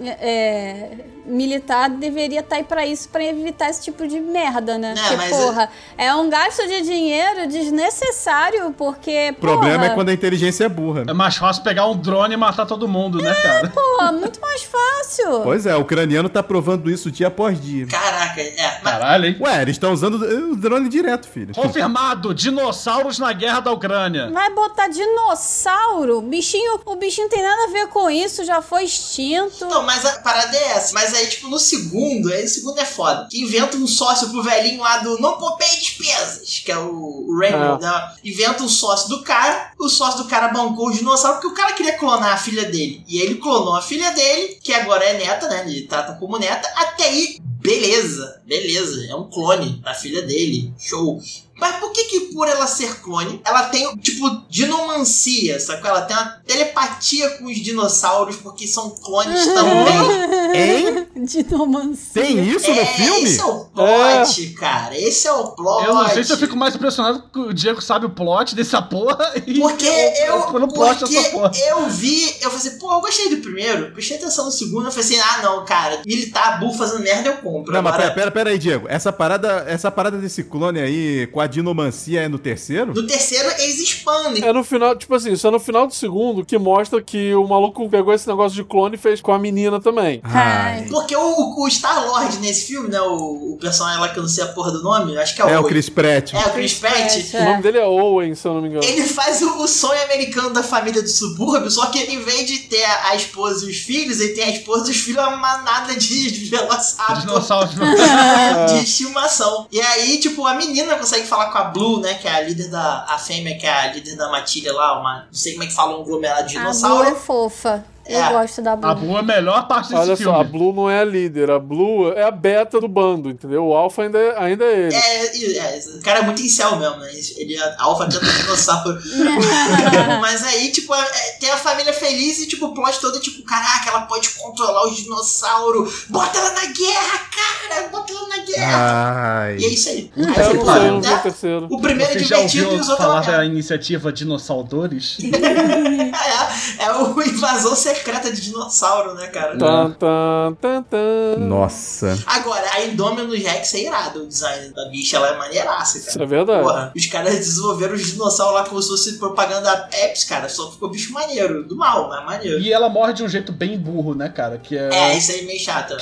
S5: é, militar deveria estar aí pra isso, pra evitar esse tipo de merda, né?
S3: Não,
S5: Porque,
S3: mas
S5: porra, é... um gasto de dinheiro desnecessário, porque,
S2: o problema
S5: porra,
S2: é quando a inteligência é burra.
S4: É mais fácil pegar um drone e matar todo mundo, né, cara?
S5: porra, muito mais fácil.
S2: Pois é, o ucraniano tá provando isso dia após dia.
S3: Caraca, é. Mas,
S4: Caralho, hein?
S2: Ué, eles estão usando o drone direto, filho.
S4: Confirmado, dinossauros na guerra da Ucrânia.
S5: Vai botar dinossauro? Bichinho, o bichinho tem nada a ver com isso, já foi extinto.
S3: não, mas a parada é essa. Mas aí, tipo, no segundo, aí o segundo é foda. Que inventa um sócio pro velhinho lá do Não Poupei Despesas, que é o o Raymond, né? Inventa um sócio do cara, o sócio do cara bancou o dinossauro porque o cara queria clonar a filha dele. E aí ele clonou a filha dele, que agora é neta, né? Ele trata como neta. Até aí, beleza, beleza. É um clone da filha dele. Show. Mas por que que por ela ser clone, ela tem, tipo, dinomancia, sacou? Ela tem uma telepatia com os dinossauros, porque são clones também. É,
S2: Hein?
S5: Dinomancia.
S2: Tem isso no filme?
S3: esse é o plot, cara. Esse é o plot.
S4: Eu não sei se eu fico mais impressionado que o Diego sabe o plot dessa porra e
S3: Porque eu,
S4: eu não plot dessa porra.
S3: porque eu vi, eu falei assim, pô, eu gostei do primeiro, prestei atenção no segundo, eu falei assim, ah não, cara, militar, burro fazendo merda, eu compro.
S2: Não, mas
S3: Agora,
S2: pera, pera, pera aí, Diego. Essa parada, essa parada desse clone aí com a dinomancia é no terceiro?
S3: No terceiro, eles expandem.
S1: É no final, tipo assim, isso é no final do segundo que mostra que o maluco pegou esse negócio de clone e fez com a menina também.
S2: Ai.
S3: Porque o, o Star-Lord nesse filme, né, o, o personagem lá que eu não sei a porra do nome, acho que é,
S2: É o
S3: Owen.
S2: Chris Pratt.
S3: É, o Chris Pratt.
S5: Pratt,
S1: O
S5: É.
S1: nome dele é Owen, se eu não me engano.
S3: Ele faz o, o sonho americano da família do subúrbio, só que em vez de ter a, a esposa e os filhos, ele tem a esposa e os filhos, é uma manada de velociraptor
S4: Dinossauros.
S3: de estimação. E aí, tipo, a menina consegue falar com a Blue, né, que é a líder da... A fêmea, que é a líder da matilha lá, uma... Não sei como é que fala um aglomerado de
S5: A Blue é
S3: dinossauro.
S5: fofa. Eu
S3: É.
S5: gosto da
S4: A
S5: Blue.
S4: boa é a melhor parte desse
S1: Olha
S4: filme.
S1: só, a Blue não é a líder, a Blue é a beta do bando, entendeu? O Alpha ainda é, ainda é ele.
S3: É, e- é, o cara é muito incel mesmo, né? Ele é alfa tenta dinossauro. Mas aí, tipo, a- é, tem a família feliz e, tipo, o plot todo é tipo, caraca, ela pode controlar os dinossauros. Bota ela na guerra, cara! Bota ela na guerra!
S2: Ai.
S3: E é isso aí. Aí
S1: eu
S3: você
S1: não
S3: fala,
S1: sei, eu não vi o
S3: né?
S1: terceiro.
S3: O primeiro é
S4: Você já
S3: divertido e
S4: ouviu
S3: os outros
S4: falar
S3: é uma
S4: da iniciativa Dinossauradores?
S3: merda. É, é o invasão secreta de dinossauro, né, cara?
S4: Tá.
S1: Tan, tan, tan, tan.
S2: Nossa.
S3: Agora, a Indominus Rex é irado, o design da bicha, ela é maneiraça, cara.
S1: Isso é verdade.
S3: Porra, os caras desenvolveram os dinossauros lá como se fosse propaganda da Pepsi, cara. Só ficou bicho maneiro, do mal, mas maneiro.
S4: e ela morre de um jeito bem burro, né, cara? Que é,
S3: É, isso aí é meio chato.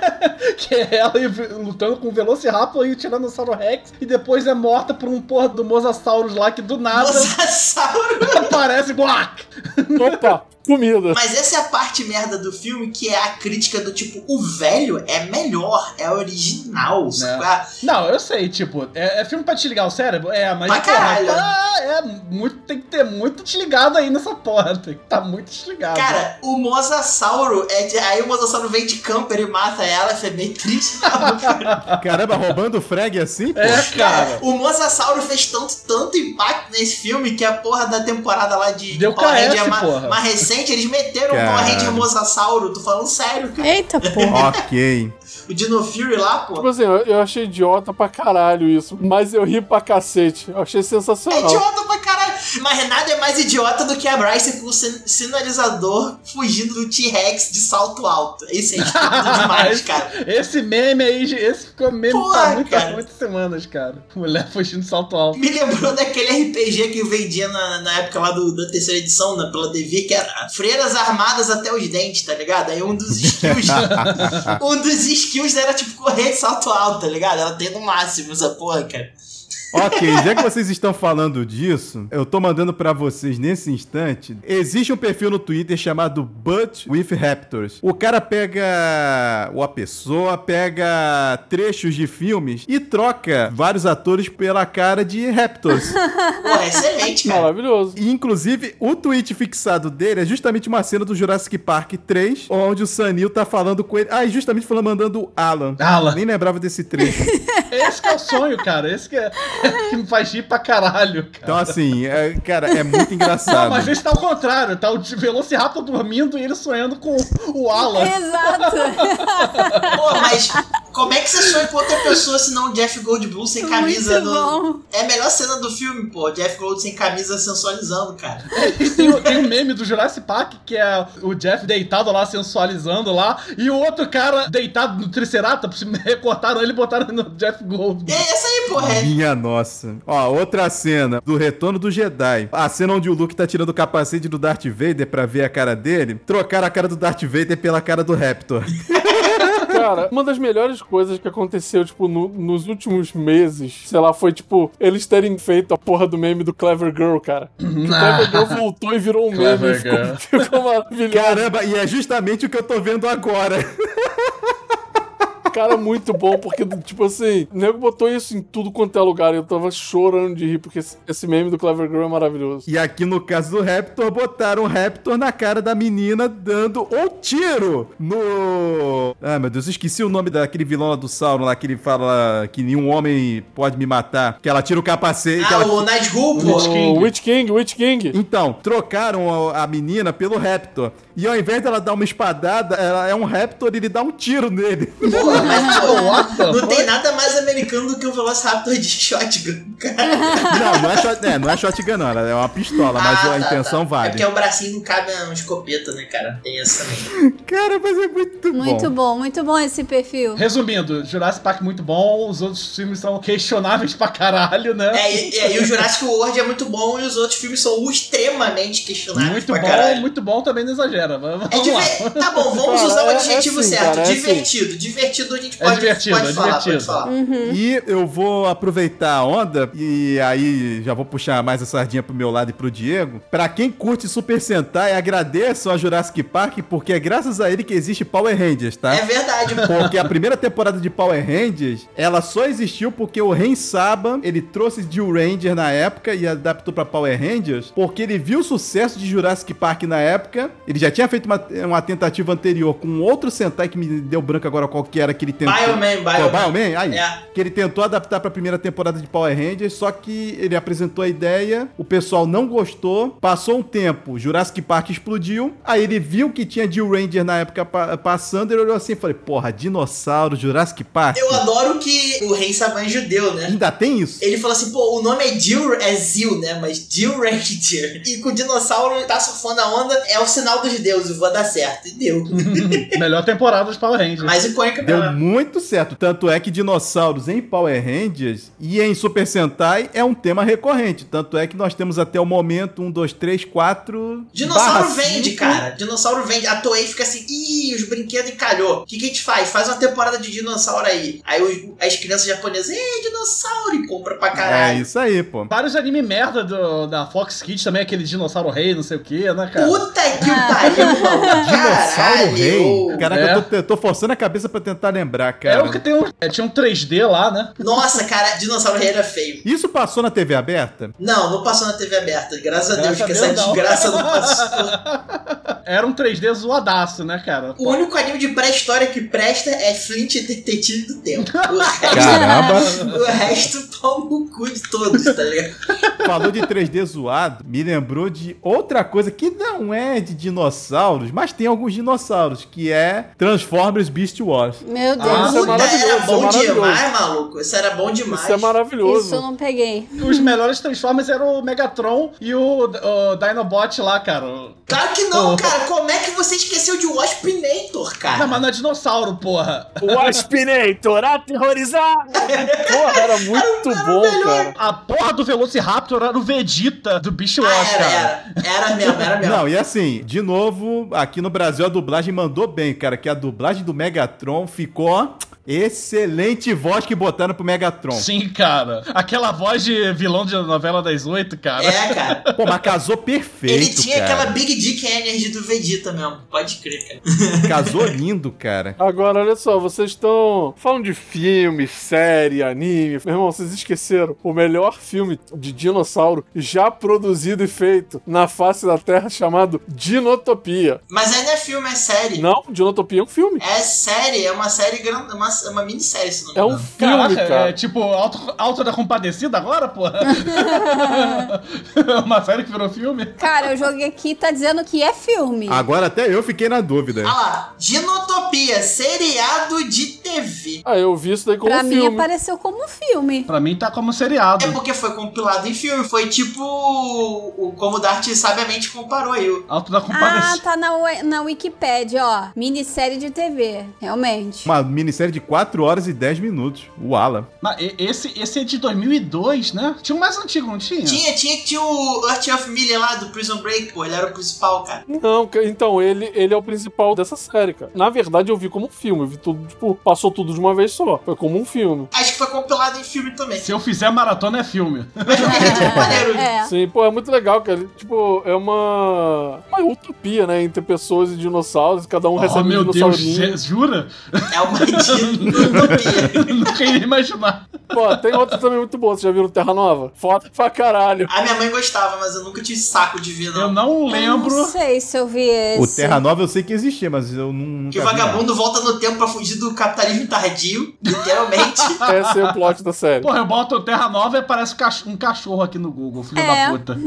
S4: que é ela e- lutando com o Velociraptor e o Tiranossauro Rex. E depois é morta por um porra do Mosasaurus lá que do nada
S3: Mosasauro.
S4: aparece guac!
S1: Opa, comida.
S3: Mas essa é a parte merda do filme, que é a crítica do tipo, o velho é melhor, é original. sacou?
S4: Não, eu sei, tipo, é, é filme pra te ligar o cérebro? É, mas
S3: Pra caralho.
S4: tá- é muito, tem que ter muito desligado aí nessa porra. Tem que tá muito desligado.
S3: Cara, o Mosasauro, é de- aí o Mosasauro vem de camper e mata ela, isso é bem triste.
S2: Caramba, roubando frag assim, pô?
S4: é, cara.
S3: O Mosasauro fez tanto, tanto impacto nesse filme que a porra da temporada lá de
S4: Deu KS,
S3: ma-
S4: porra.
S3: mais recente, eles meteram o Power
S2: Caralho.
S3: Ranger Mosasauro. Tô falando sério, cara.
S5: Eita, porra.
S2: ok.
S3: O Dino Fury lá, pô.
S1: Tipo assim, eu- eu achei idiota pra caralho isso, mas eu ri pra cacete. Eu achei
S3: É
S1: sensacional.
S3: idiota pra caralho. Mas nada é mais idiota do que a Bryce com o sin- sinalizador fugindo do T-Rex de salto alto. Isso é estúpido demais, cara.
S4: Esse meme aí, esse ficou meme
S3: Porra,
S4: tá muito,
S3: cara.
S4: há muitas semanas, cara. Mulher fugindo de salto alto.
S3: Me lembrou daquele RPG que vendia na, na época lá do- da terceira edição, na, pela TV, que era freiras armadas até os dentes, tá ligado? Aí um dos skills. um dos skills era tipo correr de salto alto, tá ligado? Ela tem no máximo essa porra, cara.
S2: Ok, já que vocês estão falando disso, eu tô mandando pra vocês nesse instante. Existe um perfil no Twitter chamado But with Raptors. O cara pega. ou a pessoa pega trechos de filmes e troca vários atores pela cara de Raptors.
S3: Porra, excelente, cara.
S1: Maravilhoso.
S2: E, Inclusive, o tweet fixado dele é justamente uma cena do Jurassic Park 3, onde o Sanil tá falando com ele. Ah, e justamente falando, mandando o Alan.
S4: Alan.
S2: Nem lembrava desse trecho.
S4: Esse que é o sonho, cara. Esse que, é, que me faz rir pra caralho, cara.
S2: Então, assim, é- cara, é muito
S4: Não,
S2: engraçado.
S4: mas esse tá ao contrário. Tá o Velociraptor dormindo e ele sonhando com o
S3: É.
S4: Alan.
S5: Exato.
S3: Pô, mas como é que você sonha com outra pessoa se não o Jeff Goldblum sem camisa
S5: Muito
S3: no.
S5: bom.
S3: É a melhor cena do filme, pô. Jeff Gold sem camisa sensualizando, cara.
S4: E tem, o- tem um meme do Jurassic Park que é o Jeff deitado lá, sensualizando lá, e o outro cara deitado no Triceratops, recortaram ele e botaram no Jeff Gold.
S3: E é essa aí, porra. É
S2: Minha nossa. Ó, outra cena do Retorno do Jedi. A cena onde o Luke tá tirando o capacete do Darth Vader pra ver a cara dele. Trocaram a cara do Darth Vader pela cara do Raptor.
S1: Cara, uma das melhores coisas que aconteceu, tipo, no- nos últimos meses, sei lá, foi, tipo, eles terem feito a porra do meme do Clever Girl, cara. Que o Clever Girl voltou e virou um meme.
S4: Clever
S1: Ficou,
S4: Girl.
S1: ficou maravilhoso.
S2: Caramba, e é justamente o que eu tô vendo agora.
S1: Cara, é muito bom, porque, tipo assim, o nego botou isso em tudo quanto é lugar. E eu tava chorando de rir, porque esse, esse meme do Clever Girl é maravilhoso.
S2: E aqui no caso do Raptor, botaram o Raptor na cara da menina dando um tiro no. Ah, meu Deus, eu esqueci o nome daquele vilão lá do Sauron lá que ele fala que nenhum homem pode me matar. Que ela tira o capacete. que
S3: Ah,
S2: ela...
S3: o Night Ghoul, pô.
S4: Witch
S1: O
S4: King.
S1: Witch King, Witch King.
S2: Então, trocaram a, a menina pelo Raptor. E ao invés dela dar uma espadada, ela é um Raptor e ele dá um tiro nele.
S3: Porra, mas,
S4: What the
S3: pô, não
S4: fuck?
S3: tem nada mais americano do que o Velociraptor de shotgun, cara.
S2: não, não é, shot, é, não é shotgun, não. Ela é uma pistola, mas
S3: Ah,
S2: a
S3: tá,
S2: intenção
S3: tá. É
S2: vale.
S3: porque o bracinho não cabe a uma escopeta, né, cara? Tem essa também.
S2: Cara, mas é muito,
S5: Muito
S2: bom.
S5: bom, muito bom esse perfil.
S4: Resumindo, Jurassic Park muito bom, os outros filmes são questionáveis pra caralho, né?
S3: É, e, e o Jurassic World é muito bom e os outros filmes são extremamente questionados
S4: muito
S3: pra
S4: bom,
S3: caralho.
S4: muito bom também não exagera. mas
S3: É
S4: Vamos lá.
S3: diver... Tá bom, vamos
S1: Cara,
S3: usar o
S1: é- é
S3: adjetivo
S1: assim,
S3: certo.
S1: cara, é assim.
S3: divertido. Divertido a gente
S4: É
S3: pode,
S4: divertido,
S3: pode
S4: é
S3: falar, pode
S4: divertido.
S3: falar.
S2: E eu vou aproveitar a onda e aí já vou puxar mais a sardinha pro meu lado e pro Diego. Pra quem curte Super Sentai, agradeçam a Jurassic Park porque é graças a ele que existe Power Rangers, tá?
S3: É verdade, pô.
S2: Porque a primeira temporada de Power Rangers, ela só existiu porque o Ren Saba, ele trouxe Jill Ranger na época e adaptou pra Power Rangers, porque ele viu o sucesso de Jurassic Park na época, ele já tinha feito uma, uma tentativa anterior com outro Sentai que me deu branco agora qual que era que ele tentou.
S3: Bioman,
S2: Pô,
S3: Bioman.
S2: Bioman? Aí.
S3: É.
S2: Que ele tentou adaptar pra primeira temporada de Power Rangers, só que ele apresentou a ideia, o pessoal não gostou, passou um tempo, Jurassic Park explodiu, aí ele viu que tinha Jill Ranger na época pa- passando, ele olhou assim e falou, porra, dinossauro, Jurassic Park?
S3: Eu adoro que o rei Saban é judeu, né?
S2: Ainda tem isso?
S3: Ele falou assim, pô, o nome é Jill, é Zil, né? Mas Jill Ranger. E com o dinossauro tá surfando a onda, é o sinal dos deuses, vou dar certo. E deu.
S4: Melhor temporada de Power Rangers.
S3: Mais icônica
S2: Deu
S3: dela.
S2: muito certo. Tanto é que dinossauros em Power Rangers e em Super Sentai é um tema recorrente. Tanto é que nós temos até o momento um, dois, três, quatro.
S3: Dinossauro
S2: barra
S3: vende,
S2: cinco.
S3: cara. Dinossauro vende. A Toei fica assim, ih, os brinquedos encalhou. O que, que a gente faz? Faz uma temporada de dinossauro aí. Aí os- as crianças japonesas, ei, dinossauro, e compra pra
S2: É
S3: caralho.
S2: isso aí, pô.
S4: Vários anime merda do- da Fox Kids também, aquele dinossauro rei, não sei o que, né, cara?
S3: Puta que o pariu, mano.
S2: Dinossauro Rei.
S3: Caralho.
S2: Caraca,
S4: É.
S2: eu tô, eu tô forçando a cabeça pra tentar lembrar,
S4: Era
S2: cara.
S4: o que tem um, é, tinha um 3D lá, né?
S3: Nossa, cara, dinossauro rei era feio.
S2: Isso passou na TV aberta?
S3: Não, não passou na TV aberta. Graças a Deus,
S4: Graças a
S3: que essa
S4: Deus, não.
S3: desgraça não passou.
S4: Era um 3D zoadaço, né, cara?
S3: O único anime de pré-história que presta é Flint e Detetive do Tempo. O resto,
S2: Caramba!
S3: o resto toma o cu de todos, tá ligado?
S2: Falou de 3D zoado, me lembrou de outra coisa que não é de dinossauros, mas tem alguns dinossauros, que é Transformers Beast Wars.
S5: Meu
S4: Ah,
S5: Deus.
S1: isso é
S3: Puta, era
S1: maravilhoso,
S3: bom
S1: isso é
S3: demais,
S1: maravilhoso.
S3: maluco. Isso era bom demais.
S1: Isso é maravilhoso.
S5: isso eu não peguei.
S4: Os melhores Transformers eram o Megatron e o, o Dinobot lá, cara.
S3: Claro que não,
S4: Oh.
S3: cara. Como é que você esqueceu de Waspinator, cara?
S4: Não, mas não é dinossauro, porra.
S1: O Aspinator aterrorizado! Porra, era muito bom,
S3: É.
S1: cara.
S4: A porra do Velociraptor era o Vegeta do bicho
S3: ah, era,
S4: cara.
S3: era. Era mesmo, era mesmo.
S2: Não, e assim, de novo, aqui no Brasil a dublagem mandou bem, cara, que a dublagem do Megatron ficou ó, excelente voz que botaram pro Megatron.
S4: Sim, cara. Aquela voz de vilão de novela das oito, cara.
S3: É, cara.
S2: Pô, mas casou perfeito,
S3: Ele tinha
S2: cara.
S3: aquela Big Dick Energy do Vegeta mesmo. Pode crer, cara.
S2: Casou lindo, cara.
S1: Agora, olha só, vocês estão falando de filme, série, anime. Meu irmão, vocês esqueceram. O melhor filme de dinossauro já produzido e feito na face da Terra chamado Dinotopia.
S3: Mas ainda é filme, é série.
S1: Não, Dinotopia é um filme.
S3: É série, é uma série grande, uma, uma minissérie, se não me
S1: É um
S3: engano.
S1: filme,
S4: é
S1: cara.
S4: tipo Alto, Alto da Compadecida agora, porra? Uma série que virou filme?
S5: Cara, eu joguei aqui e tá dizendo que é filme.
S1: Ah,
S2: Agora até eu fiquei na dúvida.
S3: Ah lá, Dinotopia, seriado de TV.
S1: Ah, eu vi isso daí como
S5: pra mim
S1: filme.
S5: apareceu como filme.
S4: Pra mim tá como seriado.
S3: É porque foi compilado em filme, foi tipo o, o- como o Dart sabiamente comparou eu.
S4: Alto da
S5: Ah,
S4: Compadecida.
S5: tá na, Wi- na Wikipédia, ó. Minissérie de TV, realmente.
S2: Uma minissérie de 4 horas e 10 minutos. O Ala.
S4: Mas e- esse, esse é de 2002, né? Tinha um mais antigo, não tinha?
S3: Tinha, tinha, tinha o Earth of Miller lá do Prison Break, pô, ele era o principal, cara.
S1: Não, ca- então, ele, ele é o principal dessa série, cara. Na verdade, eu vi como um filme. Eu vi tudo, tipo, passou tudo de uma vez só. Foi como um filme.
S3: Acho que foi compilado em filme também.
S4: Se eu fizer maratona é filme.
S3: Mas eu queria dizer maneiro.
S5: É.
S1: Sim, pô, é muito legal, cara. Tipo, é uma. Uma utopia, né? Entre pessoas e dinossauros. Cada um
S4: oh,
S1: recebe um
S4: meu Deus,
S1: dinossaurinho.
S4: je- jura?
S3: É uma Dinotopia.
S4: Nunca iria imaginar.
S1: Pô, tem outra também muito boa. Vocês já viram Terra Nova? Foda pra caralho.
S3: A minha mãe gostava, mas eu nunca tive saco de ver,
S4: Eu
S3: não.
S4: não lembro.
S5: Eu não sei se eu vi esse.
S2: O Terra Nova eu sei que existia, mas eu nu- nunca
S3: Que É, o
S2: vi, não.
S3: vagabundo volta no tempo pra fugir do capitalismo tardio, literalmente.
S1: Esse é o plot da série.
S4: Porra, eu boto Terra Nova e aparece cach- um cachorro aqui no Google, filho
S5: É.
S4: da puta.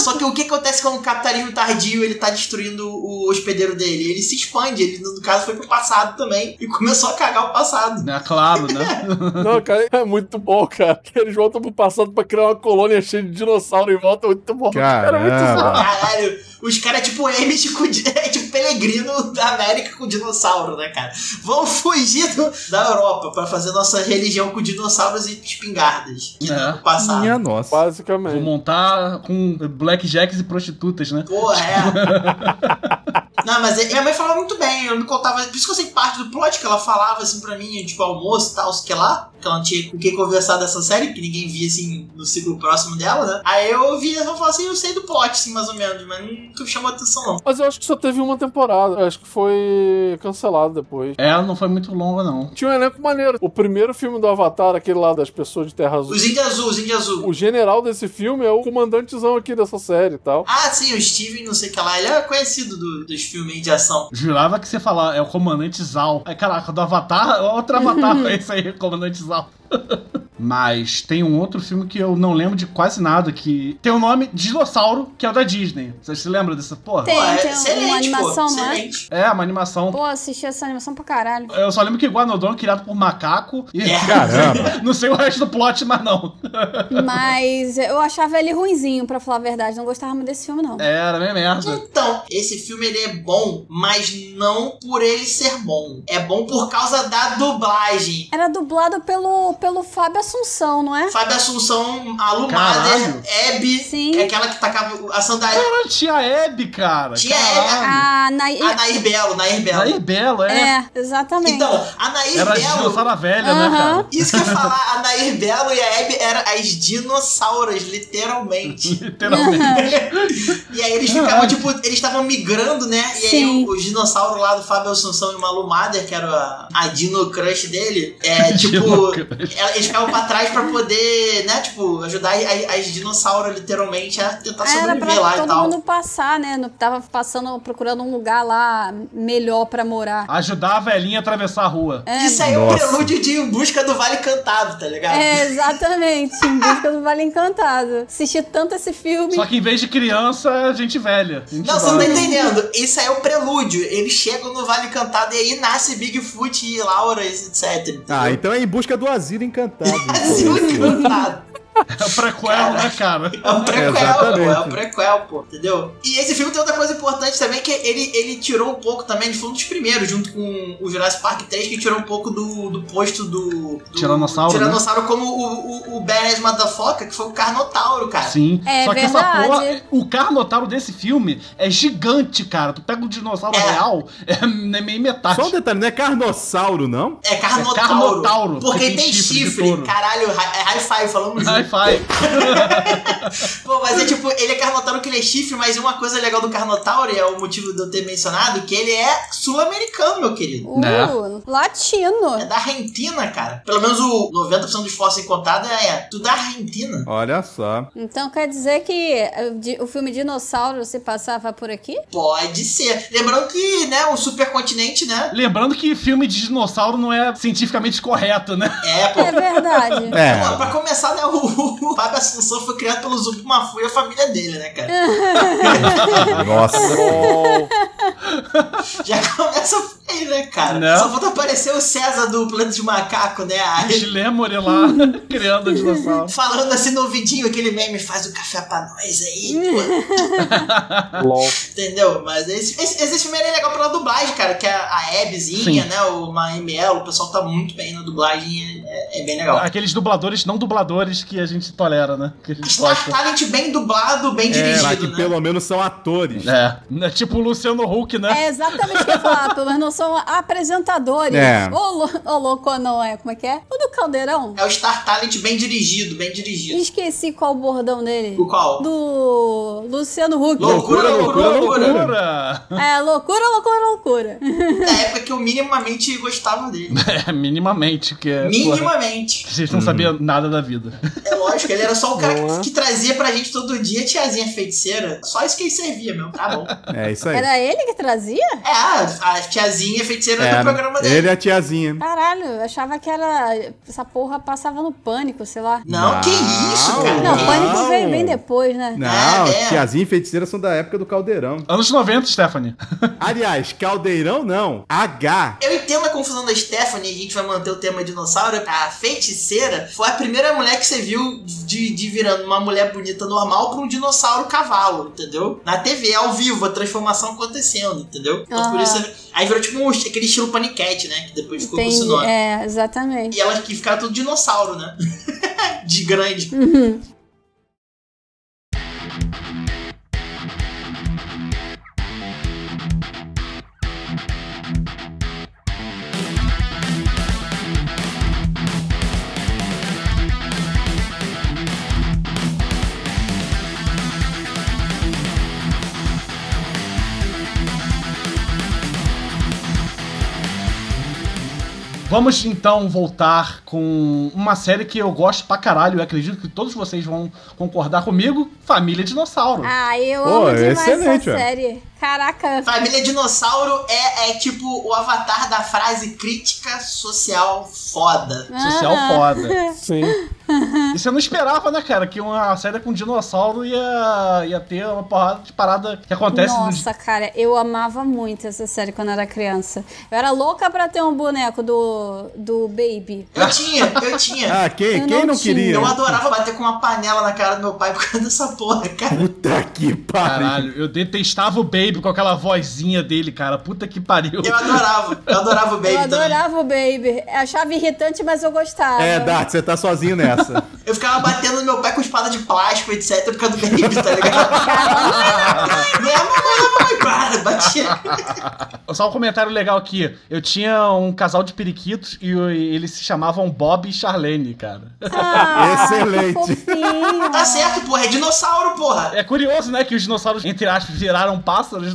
S3: Só que o que acontece com o capitalismo tardio? Ele tá destruindo o hospedeiro dele. Ele se expande, ele no caso foi pro passado também e começou a cagar o passado.
S4: É claro, né?
S1: Não, cara, é muito bom, cara. Eles voltam pro passado pra criar uma colônia cheia de dinossauro e volta. Muito bom. Cara, é muito
S2: Caramba.
S1: bom.
S3: Caralho, os caras é tipo Emmett com di- é tipo Pelegrino da América com dinossauro, né, cara? Vão fugir do- da Europa pra fazer nossa religião com dinossauros e espingardas. Que
S4: É.
S3: não, no passado.
S2: Minha nossa.
S4: Vou
S1: Basicamente.
S4: montar com blackjacks e prostitutas, né?
S3: Porra, é. Não, mas minha mãe falava muito bem, ela me contava. Por isso que eu sei parte do plot que ela falava assim pra mim, tipo, almoço e tal, sei que lá. Que ela não tinha com quem conversar dessa série, que ninguém via assim no ciclo próximo dela, né? Aí eu vi ela falar assim, eu sei do plot, assim, mais ou menos, mas nunca me chamou atenção, não.
S1: Mas eu acho que só teve uma temporada. Eu acho que foi cancelado depois.
S4: Ela não foi muito longa, não.
S1: Tinha um elenco maneiro. O primeiro filme do Avatar, aquele lá das pessoas de Terra Azul.
S3: Os Índia Azul, os Índia Azul.
S1: O general desse filme é o comandantezão aqui dessa série e tal.
S3: Ah, sim, o Steven, não sei o que lá. Ele é conhecido do- dos filmes aí de ação.
S4: Jurava que você falar é o comandante Zal. Aí, caraca, do Avatar, outro Avatar é esse aí, comandante Zal. Mas tem um outro filme que eu não lembro de quase nada, que tem o nome Dinossauro, que é o da Disney. Vocês se lembram dessa porra?
S5: Tem,
S3: Pô,
S5: tem uma animação, não é?
S3: excelente.
S4: É, uma animação.
S5: Pô, assisti essa animação pra caralho.
S4: Eu só lembro que Guanodon é criado por macaco e.
S3: É.
S2: Caramba.
S4: não sei o resto do plot, mas não.
S5: Mas eu achava ele ruinzinho, pra falar a verdade. Não gostava muito desse filme, não.
S4: É, Era meio merda.
S3: Então, esse filme ele é bom, mas não por ele ser bom. É bom por causa da dublagem.
S5: Era dublado pelo, pelo Fábio Assunção, não é?
S3: Fábio Assunção, a Lu
S4: Caralho.
S3: Mader, Hebe,
S5: Sim.
S3: é aquela que tacava a sandália.
S4: Era Tia Hebe, cara.
S3: Tia
S4: Caralho.
S5: Ah, na...
S3: A Nair Belo, Nair Belo.
S4: Aí Belo, é.
S5: É, exatamente.
S3: Então, a Nair
S4: Era a
S3: Belo.
S4: dinossauro velha, né,
S5: Aham.
S4: cara?
S3: Isso que eu ia falar, a Nair Belo e a Hebe eram as dinossauras, literalmente.
S4: Literalmente.
S3: E aí eles
S4: é.
S3: ficavam, tipo, eles estavam migrando, né? E aí
S5: Sim.
S3: o- os dinossauros lá do Fábio Assunção e o Malu Mader, que era a, a Dino Crush dele, é
S4: Dino
S3: tipo.
S4: Crush.
S3: ela- eles ficavam pra trás pra poder, né, tipo, ajudar a- as dinossauros literalmente a tentar
S5: Era
S3: sobreviver
S5: pra
S3: lá e
S5: todo
S3: tal.
S5: mundo passar, né? Não- Tava passando, procurando um lugar lá melhor pra morar.
S4: Ajudar a velhinha a atravessar a rua.
S3: Isso aí é o
S2: Nossa.
S3: prelúdio de Em Busca do Vale Cantado, tá ligado?
S5: É, exatamente. Em busca do Vale Encantado. Assisti tanto esse filme.
S4: Só que em vez de criança, a gente velha. Gente
S3: Não, você não tá
S4: velha.
S3: entendendo. Isso aí é o prelúdio. Eles chegam no Vale Cantado e aí nasce Bigfoot e Laura, etc.
S2: Ah, então é em busca do Asilo Encantado. então.
S3: Vale Cantado.
S4: É o prequel, né, cara?
S3: É um prequel,
S2: Exatamente.
S3: pô. É um prequel, pô. Entendeu? E esse filme tem outra coisa importante também, que ele, ele tirou um pouco também, ele foi um dos primeiros, junto com o Jurassic Park 3, que tirou um pouco do, do posto do... do
S4: Tiranossauro, né?
S3: Tiranossauro como o, o, o Badass Motherfucker, que foi o Carnotauro, cara.
S4: Sim.
S5: É
S4: Só que
S5: verdade.
S4: essa porra, o Carnotauro desse filme é gigante, cara. Tu pega um dinossauro
S3: É.
S4: real, é meio metade.
S2: Só um detalhe, não é carnossauro, não?
S3: É Carnotauro.
S4: É Carnotauro,
S3: Porque
S4: que
S3: tem, chifre.
S4: de touro.
S3: Caralho, hi- é hi-fi, falamos junto.
S4: Hi-fi.
S3: Pô, mas é tipo, ele é Carnotauro que ele é chifre, mas uma coisa legal do Carnotauro, e é o motivo de eu ter mencionado, que ele é sul-americano, meu querido.
S5: Uh,
S4: Né?
S3: É
S5: Latino.
S3: da Argentina, cara. Pelo menos o 90% dos fósseis contados é tudo da Argentina.
S2: Olha só.
S5: Então quer dizer que eh, di- o filme Dinossauro se passava por aqui?
S3: Pode ser. Lembrando que, né, o supercontinente, né?
S4: Lembrando que filme de dinossauro não é cientificamente correto, né?
S3: É, pô.
S5: É verdade.
S3: Pô,
S2: É.
S3: pra começar, né, o, o Fábio Assunção foi criado pelo Zupo Mafu e a família dele, né, cara?
S2: Nossa.
S1: Bom,
S3: Já começa por aí, né, cara?
S4: Né?
S3: Só falta aparecer o César do Planeta de Macaco, né? Aí,
S4: Chile Morelá criando dinossauro.
S3: falando assim no vidinho, aquele meme, faz o café pra nós aí, pô.
S1: LOL.
S3: Entendeu? Mas esse, esse, esse filme ele é legal pela dublagem, cara. Que a, a Abzinha,
S4: Sim.
S3: né? O Maimel, o pessoal tá muito bem na dublagem. É, é bem legal.
S4: Aqueles dubladores não dubladores que a gente tolera, né? Que a gente
S3: Star
S4: gosta.
S3: Talent bem dublado, bem
S2: É,
S3: dirigido,
S2: que
S3: né?
S2: pelo menos são atores.
S4: É. É Tipo o Luciano Huck, né?
S5: É exatamente o que eu ia falar, pô, mas não são apresentadores.
S2: É.
S5: Ô, lou- ô, louco, não é? Como é que é? O do Caldeirão?
S3: É o Star Talent bem dirigido, bem dirigido.
S5: Esqueci qual o bordão dele.
S3: O qual?
S5: Do Luciano Huck.
S3: Loucura, loucura, loucura.
S4: Loucura!
S5: É, loucura, loucura, loucura.
S3: Na época que eu minimamente gostava dele.
S4: É, minimamente, que é. porra,
S3: minimamente.
S4: Vocês não sabiam nada da vida.
S3: É lógico, ele era só o cara
S1: Não
S3: que,
S1: é?
S3: que trazia pra gente todo dia tiazinha feiticeira. Só isso que ele servia, meu. Tá bom.
S2: É isso aí.
S5: Era ele que trazia?
S3: É, a, a tiazinha feiticeira do programa
S2: Era.
S3: dele.
S2: É, Ele e a tiazinha.
S5: Caralho, eu achava que era. Essa porra passava no pânico, sei lá.
S3: Não, que
S2: Não.
S3: isso, cara.
S5: Não,
S3: Que
S2: Não.
S5: o pânico veio bem depois, né?
S2: Não,
S3: É, é.
S2: tiazinha e feiticeira são da época do caldeirão.
S4: Anos 90, Stephanie.
S2: Aliás, caldeirão não. H.
S3: Eu entendo a confusão da Stephanie, a gente vai manter o tema dinossauro. A feiticeira foi a primeira mulher que você viu de, de virando uma mulher bonita normal pra um dinossauro cavalo, entendeu? Na TV, ao vivo, a transformação acontecendo, entendeu? Então por
S5: Aham.
S3: isso. Aí virou tipo um, aquele estilo paniquete, né? Que depois ficou com esse
S5: Entendi.
S3: nome.
S5: É, exatamente.
S3: E ela que ficava tudo dinossauro, né? de grande.
S4: Vamos então voltar com uma série que eu gosto pra caralho. Eu acredito que todos vocês vão concordar comigo: Família Dinossauro.
S5: Ah, eu
S2: Pô,
S5: amo demais
S2: excelente,
S5: essa
S2: ó.
S5: série. Caraca,
S3: Família Dinossauro é, é tipo o avatar da frase crítica social foda.
S4: Social
S5: Ah.
S4: é foda.
S1: Sim.
S4: E você não esperava, né, cara, que uma série com dinossauro ia, ia ter uma porrada de parada que acontece no
S5: Nossa, cara, eu amava muito essa série quando era criança. Eu era louca pra ter um boneco do, do Baby.
S3: Eu tinha, eu tinha.
S2: Ah, quem,
S5: Eu
S2: quem
S5: não
S2: não
S5: tinha.
S2: queria?
S3: Eu adorava bater com uma panela na cara do meu pai por causa dessa porra, cara.
S2: Puta que pariu.
S4: Caralho, eu detestava o Baby com aquela vozinha dele, cara. Puta que pariu.
S3: Eu adorava, eu adorava o Baby
S5: eu
S4: né?
S3: também.
S5: adorava o Baby. Achava irritante, mas eu gostava.
S2: É, Dart, você tá sozinho nessa.
S3: Eu ficava batendo no meu pé com espada de plástico, etc, por causa do Baby, tá ligado? Minha mãe, minha mãe, para, batia.
S4: Só um comentário legal aqui. Eu tinha um casal de periquitos e o- e eles se chamavam Bob e Charlene, cara.
S5: Ah,
S2: Excelente.
S5: que fofinho.
S3: Tá certo, porra, é dinossauro, porra.
S4: É curioso, né, que os dinossauros, entre aspas, viraram pássaros,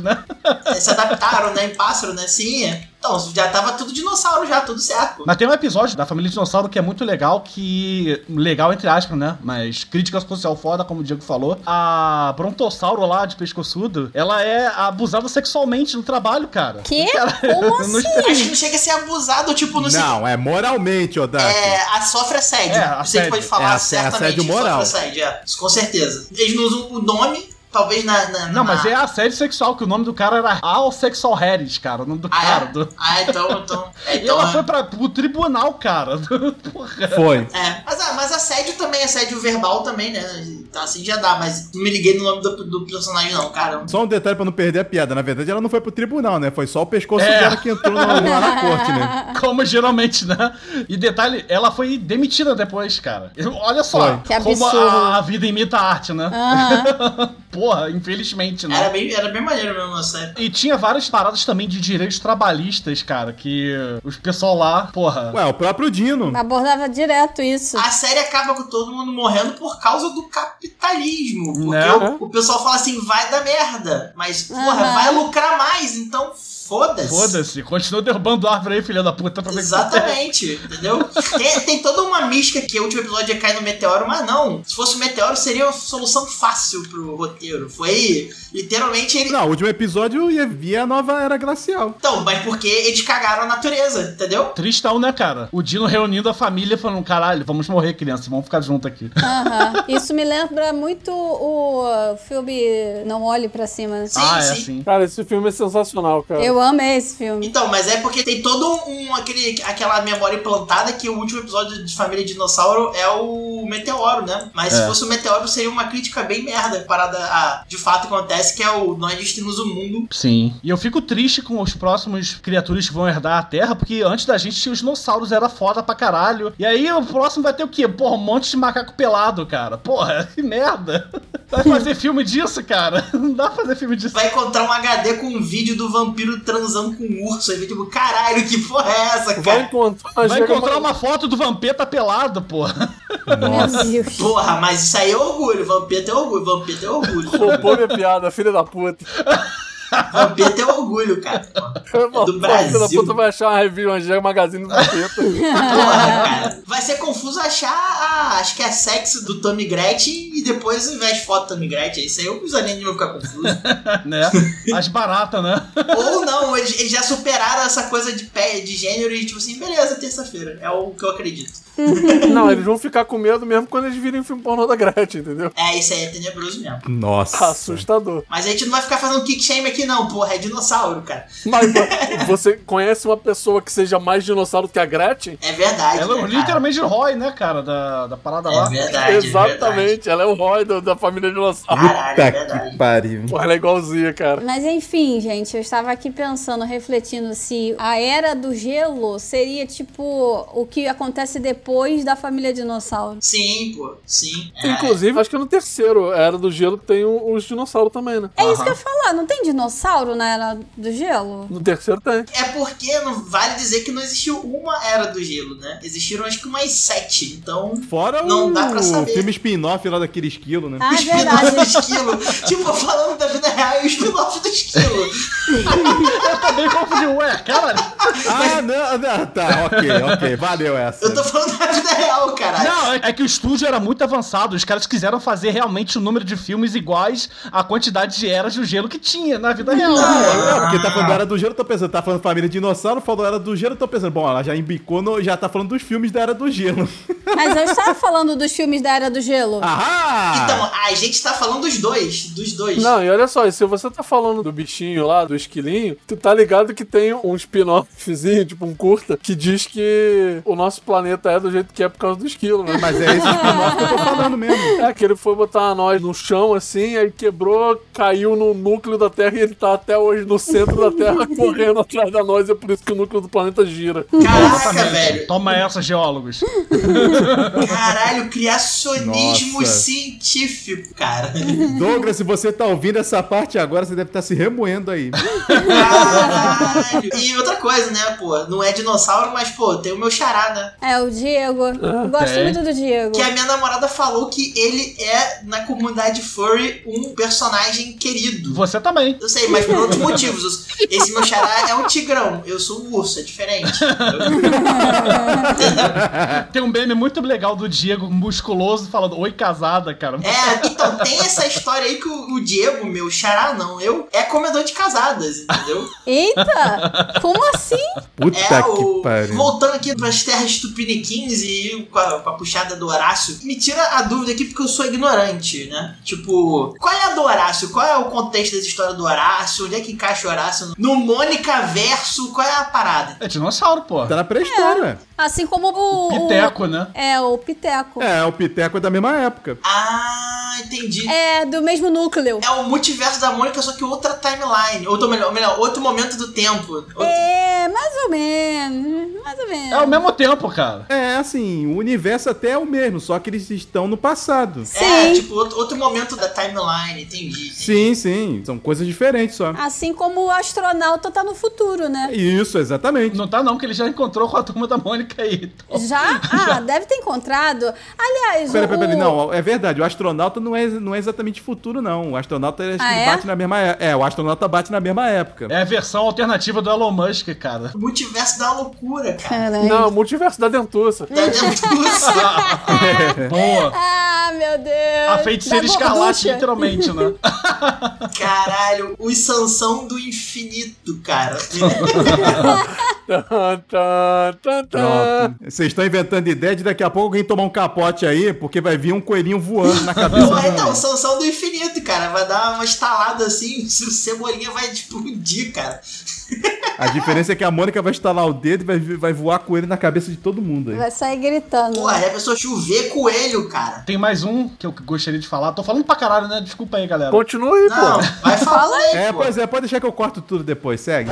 S4: né?
S3: É, Se adaptaram, né, em pássaro, né, sim. é. Então, já tava tudo dinossauro já, tudo certo.
S4: Mas tem um episódio da Família Dinossauro que é muito legal, que... Legal, entre aspas, né? Mas crítica social foda, como o Diego falou. A Brontossauro lá, de pescoçudo, ela é abusada sexualmente no trabalho, cara.
S5: Que? Como
S4: eu não
S3: Acho que
S5: assim?
S3: não chega a ser abusado, tipo, no sentido.
S2: Não, é moralmente, ô Dart.
S3: É, a sofre assédio.
S4: É,
S3: É, Você
S4: assédio.
S3: que pode falar
S2: É, ass- é
S3: certamente.
S2: assédio moral.
S3: Sofre assédio, é. Isso com certeza. Eles não usam o nome, talvez na. na- na-
S4: Não, mas é assédio sexual, que o nome do cara era Al Sexual Harris, cara. O nome do
S3: Ah,
S4: cara.
S3: é?
S4: do-
S3: Ah, então. então, é,
S4: E
S3: então
S4: ela
S3: é.
S4: foi pra, pro tribunal, cara. Porra.
S2: Foi.
S3: É, mas, ah, mas assédio também, assédio verbal também, né? Então assim já dá, mas não me liguei no nome do, do personagem, não, cara.
S2: Só um detalhe pra não perder a piada. Na verdade, ela não foi pro tribunal, né? Foi só o pescoço
S4: É.
S2: dela que entrou
S5: assim?
S2: na, lá na corte, né?
S4: Como geralmente, né? E detalhe, ela foi demitida depois, cara. Eu- Olha só,
S2: Foi.
S5: Que
S4: como
S5: absurdo.
S4: a, a vida imita a arte, né?
S5: Aham.
S4: Porra, infelizmente, né?
S3: Era bem, era bem maneiro mesmo, na série.
S4: E tinha várias paradas também de direitos trabalhistas, cara, que os pessoal lá, porra.
S2: Ué, o próprio Dino.
S5: Abordava direto isso.
S3: A série acaba com todo mundo morrendo por causa do capitalismo. Porque
S4: Né?
S3: o, o pessoal fala assim, vai dar merda. Mas, porra,
S5: Aham.
S3: vai lucrar mais, então foda-se.
S4: Foda-se, continua derrubando árvore aí, filha da puta, pra ver o que acontece.
S3: Exatamente, entendeu? Tem, tem toda uma mística que o último episódio ia cair no meteoro, mas não. Se fosse o meteoro, seria uma solução fácil pro roteiro. Foi literalmente ele.
S2: Não, o último episódio ia via a nova era glacial.
S3: Então, mas porque eles cagaram a natureza, entendeu?
S4: Tristão, né, cara? O Dino reunindo a família falando: caralho, vamos morrer, criança, vamos ficar junto aqui.
S5: Aham. Isso me lembra muito o filme Não Olhe Pra Cima. né?
S3: Sim,
S4: ah, é
S3: sim.
S4: assim.
S1: Cara, esse filme é sensacional, cara.
S5: Eu amei esse filme.
S3: Então, mas é porque tem todo um aquele aquela memória implantada que o último episódio de Família Dinossauro é o meteoro, né? Mas se
S4: É.
S3: fosse o meteoro seria uma crítica bem merda parada a, de fato acontece que é o nós destruímos o mundo.
S4: Sim. E eu fico triste com os próximos criaturas que vão herdar a Terra, porque antes da gente tinha os dinossauros, era foda pra caralho. E aí o próximo vai ter o quê? Porra, um monte de macaco pelado, cara. Porra, que merda. Vai fazer filme disso, cara? Não dá pra fazer filme disso.
S3: Vai encontrar um HD com um vídeo do vampiro transando com um urso. Aí fica tipo, caralho, que porra é essa, cara?
S1: Vai encontrar,
S4: Vai encontrar uma foto do Vampeta pelado, porra.
S2: Nossa.
S5: Meu Deus.
S3: Porra, mas isso aí é orgulho. Vampeta é orgulho, vampeta é orgulho.
S1: Roubou minha piada, filha da puta.
S3: vampeta é orgulho, cara.
S1: Pô, Filha da
S3: Brasil.
S1: puta vai achar uma review, Angel Magazine do Vampeta.
S3: Porra, cara. Vai ser confuso achar, a, acho que é sexo do Tommy Gretchen e depois invés de foto do Tommy Gretchen. Isso aí os animes vão ficar confusos.
S4: né? As baratas, né?
S3: Ou não, eles, eles já superaram essa coisa de, pé, de gênero e tipo assim, beleza, terça-feira. É o que eu acredito.
S1: Não, eles vão ficar com medo mesmo quando eles virem filme pornô da Gretchen, entendeu?
S3: É, isso aí é tenebroso mesmo.
S4: Tá
S2: Nossa.
S1: Assustador.
S3: Mas a gente não vai ficar fazendo kick shame aqui não, porra. É dinossauro, cara.
S1: Mas vo- você conhece uma pessoa que seja mais dinossauro que a Gretchen?
S3: É verdade,
S4: Ela
S3: né,
S4: é
S3: cara?
S4: literalmente Roy, né, cara? Da, da parada
S3: É
S4: lá.
S3: verdade, é verdade.
S1: Exatamente, ela é o Roy do- da família dinossauro.
S3: Caralho, é
S2: Puta
S3: verdade.
S2: que pariu.
S1: Porra, ela é igualzinha, cara.
S5: Mas enfim, gente, eu estava aqui pensando, refletindo se a era do gelo seria tipo o que acontece depois da família dinossauro.
S3: Sim, pô, sim. É.
S1: Inclusive, acho que no terceiro Era do Gelo tem o- os dinossauros também, né?
S5: É isso que eu ia falar, não tem dinossauro na era do gelo?
S1: No terceiro tem.
S3: É porque não vale dizer que não existiu uma era do gelo, né? Existiram acho que umas sete. Então,
S2: Fora
S3: Não
S2: o,
S3: dá pra saber.
S2: filme spin-off lá daquele esquilo, né?
S5: Ah,
S3: os spin-off do
S5: verdade.
S3: esquilo. tipo, falando da vida real e os spin-off do esquilo.
S4: Eu também confundi. Ué, caralho.
S2: Ah, não, não, tá, ok, ok, valeu essa.
S3: Eu tô falando da vida real, caralho.
S4: Não, é, é que o estúdio era muito avançado. Os caras quiseram fazer realmente o número de filmes iguais à quantidade de eras do gelo que tinha na vida real.
S2: É, porque tá
S3: ah.
S2: falando Era do Gelo, tô pensando, tá falando Família Dinossauro, falou Era do Gelo, tô pensando, bom, ela já embicou, no- já tá falando dos filmes da Era do Gelo.
S5: Mas eu estava falando dos filmes da Era do Gelo.
S2: Ah. Ahá!
S3: Então, a gente tá falando dos dois. Dos dois.
S1: Não, e olha só, e se você tá falando do bichinho lá, do esquilinho, tu tá ligado que tem um spin-offzinho, tipo um curta, que diz que o nosso planeta é do jeito que é por causa do esquilo, né?
S2: Mas é esse spin-off que eu tô falando mesmo.
S1: É, aquele foi botar a nós no chão, assim, aí quebrou, caiu no núcleo da Terra e ele tá até hoje no centro da Terra correndo atrás da nós, é por isso que o núcleo do planeta gira.
S3: Caraca, velho.
S4: Toma essa, geólogos.
S3: Caralho, criacionismo
S2: Nossa.
S3: científico, cara.
S2: Douglas, se você tá ouvindo essa parte agora, você deve estar se remoendo aí.
S3: Caralho. E outra coisa, né, pô? Não é dinossauro, mas, pô, tem o meu xará, né?
S5: É, o Diego. Eu Gosto
S4: tem.
S5: muito do Diego.
S3: Que é- a minha namorada falou que ele é, na comunidade furry, um personagem querido.
S4: Você também.
S3: Eu sei, mas por outros motivos. Esse meu xará é um tigrão. Eu sou um urso, é diferente. É.
S4: Tem um meme muito legal do Diego, musculoso, falando Oi, casada, cara.
S3: É, então tem essa história aí que o, o Diego, meu xará, não, eu, é comedor de casadas, entendeu?
S5: Eita! Como assim?
S2: Puta
S3: É
S2: que
S3: o.
S2: pariu.
S3: Voltando aqui pras terras tupiniquins e com a, com a puxada do Horácio, me tira a dúvida aqui porque eu sou ignorante, né? Tipo, qual é a do Horácio? Qual é o contexto dessa história do Horácio? Onde é que encaixa o Horácio? No Mônica Verso, qual é a parada?
S4: É dinossauro, pô.
S2: Tá na pré-história.
S5: Assim como o. o-
S4: Piteco, né?
S5: É, o Piteco.
S2: É, o Piteco é da mesma época.
S3: Ah, entendi.
S5: É, do mesmo núcleo.
S3: É o multiverso da Mônica, só que outra timeline. Ou tô melhor, melhor, outro momento do tempo. Outro-
S5: É, mais ou menos. Mais ou menos.
S4: É ao mesmo tempo, cara.
S2: É, assim, o universo até é o mesmo, só que eles estão no passado.
S3: É,
S5: Sim.
S3: tipo, outro, outro momento da timeline, entendi.
S2: Sim, sim, são coisas diferentes só. É
S5: Assim como o astronauta tá no futuro, né?
S2: Isso, exatamente.
S4: Não tá não, que ele já encontrou com a turma da Mônica aí.
S5: Já? Ah, deve ter encontrado. Aliás,
S2: Peraí, peraí,
S5: o-
S2: peraí, não, é verdade, o astronauta não é, não é exatamente futuro, não. O astronauta acho que
S5: Ah, é?
S2: bate na mesma é- É, o astronauta bate na mesma época.
S4: É a versão alternativa do Elon Musk, cara.
S3: O multiverso da loucura, cara. Tá
S5: Caralho.
S1: Não, multiverso da dentuça.
S3: Da dentuça.
S4: Boa.
S5: Ah, meu Deus.
S3: É,
S4: A feiticeira
S5: Da
S4: escarlate,
S5: gorducha.
S4: literalmente, né?
S3: Caralho, os Sansão do infinito, cara.
S1: Tan, tan, tan, tan.
S2: Pronto. Vocês estão inventando ideia de daqui a pouco alguém tomar um capote aí, porque vai vir um coelhinho voando na cabeça.
S3: Porra, então,
S2: dela.
S3: Sansão do infinito, cara. Vai dar uma estalada assim, se o cebolinha vai explodir, cara.
S2: A diferença é que a Mônica vai estalar o dedo e vai, vai voar coelho na cabeça de todo mundo aí.
S5: Vai sair gritando.
S3: Porra, é a pessoa chover coelho, cara.
S4: Tem mais um que eu gostaria de falar. Tô falando pra caralho, né? Desculpa aí, galera.
S1: Continua aí,
S3: Não,
S1: pô.
S3: vai falar aí,
S2: É,
S3: pô.
S2: pois é, pode deixar que eu corto tudo depois, segue.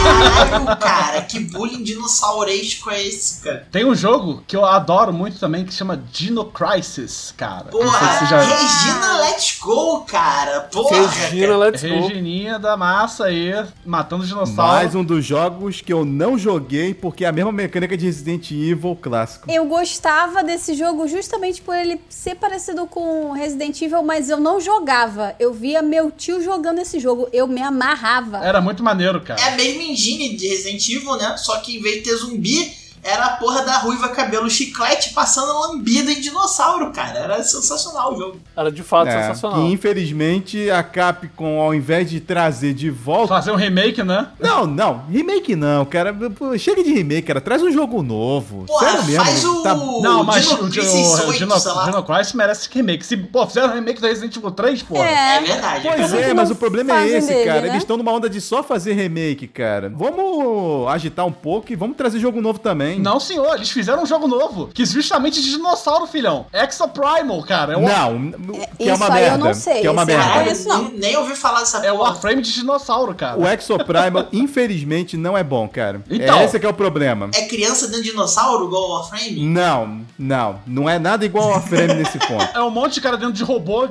S3: Caralho, cara, que bullying dinossaurístico é esse, cara?
S4: Tem um jogo que eu adoro muito também que chama Dino Crisis, cara. Não sei
S3: Porra,
S4: se já-
S3: Regina Let's Go, cara. Porra,
S1: Regina, é let's go.
S4: Regininha da massa aí, matando dinossauro.
S2: Mais um dos jogos que eu não joguei, porque é a mesma mecânica de Resident Evil clássico.
S5: Eu gostava desse jogo justamente por ele ser parecido com Resident Evil, mas eu não jogava. Eu via meu tio jogando esse jogo. Eu me
S2: um.
S5: amarrava.
S4: Era muito maneiro,
S3: É a
S4: cara.
S3: mesma engine de Resident Evil, né? Só que em vez de ter zumbi, era a porra da ruiva cabelo chiclete passando lambida em dinossauro, cara. Era sensacional o jogo.
S1: Era de fato
S2: É,
S1: sensacional.
S2: E infelizmente a Capcom, ao invés de trazer de volta.
S4: Fazer um remake, né?
S2: Não, não, remake não, cara. Pô, Chega de remake, cara. Traz um jogo novo.
S3: Porra,
S2: Sério mesmo.
S3: faz o.
S2: Tá-
S4: Não, mas o, o, o,
S3: Crisis 8,
S4: Dino,
S3: sei lá.
S4: Dino Crisis merece remake. Se pô, fizeram um remake da Resident Evil 3, pô.
S3: É
S5: É.
S3: verdade.
S2: Pois
S5: Como
S2: é,
S5: que
S2: mas
S5: não
S2: o problema é
S5: fazem
S2: esse,
S5: dele,
S2: cara.
S5: né?
S2: Eles estão numa onda de só fazer remake, cara. Vamos agitar um pouco e vamos trazer jogo novo também.
S4: Não, senhor, eles fizeram um jogo novo, que é justamente de dinossauro, filhão. Exo Primal, cara. É o,
S2: Não, que é uma
S5: isso aí eu
S2: merda.
S5: não sei,
S2: Que é uma
S5: isso
S2: merda.
S5: aí eu não
S3: Caralho,
S5: É isso, não.
S3: nem, nem ouvi falar dessa
S4: é o
S3: porra.
S4: Warframe de dinossauro, cara.
S2: O Exoprimal, infelizmente, não é bom, cara.
S4: Então.
S2: É esse que é o problema.
S3: É criança dentro de dinossauro, igual o Warframe?
S2: Não, não. Não é nada igual ao Warframe nesse ponto.
S4: É um monte de cara dentro de robô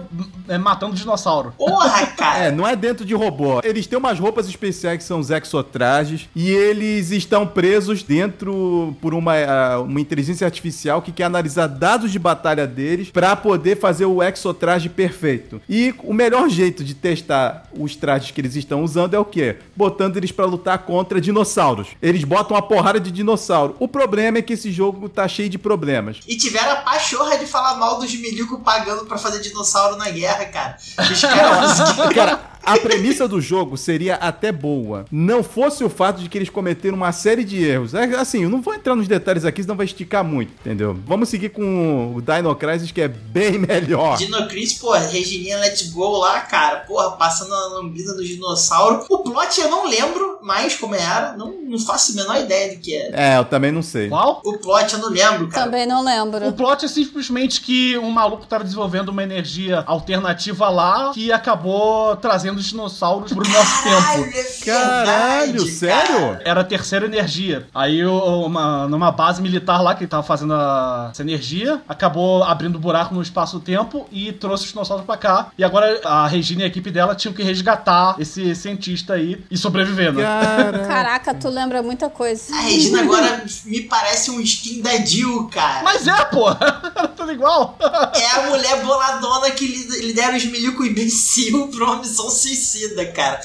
S4: é, matando dinossauro.
S3: Porra, cara!
S2: É, não é dentro de robô. Eles têm umas roupas especiais que são os exotrajes e eles estão presos dentro por uma, ah, uma inteligência artificial que quer analisar dados de batalha deles pra poder fazer o exotraje perfeito. E o melhor jeito de testar os trajes que eles estão usando é o quê? Botando eles pra lutar contra dinossauros. Eles botam uma porrada de dinossauro. O problema é que esse jogo tá cheio de problemas.
S3: E tiveram a pachorra de falar mal dos milico pagando pra fazer dinossauro na guerra, cara. Os caras conseguiram.
S2: Cara, a premissa do jogo seria até boa. Não fosse o fato de que eles cometeram uma série de erros. É, assim, eu não vou entrar nos detalhes aqui, senão vai esticar muito, entendeu? Vamos seguir com o Dino Crisis, que é bem melhor.
S3: Dino Crisis, pô, Regininha Let's Go lá, cara. Porra, passando a lambida no dinossauro. O plot eu não lembro mais como era. Não, não faço a menor ideia do que é.
S2: É, eu também não sei.
S4: Qual?
S3: O plot eu não lembro, cara.
S5: Também não
S4: O
S5: lembro.
S4: plot é simplesmente que um maluco tava desenvolvendo uma energia alternativa lá que acabou trazendo os dinossauros pro nosso tempo.
S3: é verdade,
S2: Caralho,
S3: cara.
S2: sério?
S4: Era a terceira energia. Aí, o- uma- numa base militar lá que tava fazendo a- essa energia, acabou abrindo buraco no espaço-tempo e trouxe os dinossauros pra cá. E agora a Regina e a equipe dela tinham que resgatar esse cientista aí e sobreviver, né?
S2: Cara.
S5: Caraca, tu lembra muita coisa.
S3: A Regina agora me parece um skin da Jill, cara.
S4: Mas é, pô! Era tudo igual.
S3: É a mulher boladona que lida- lidera os milico imbecil pra uma missão suicida, cara.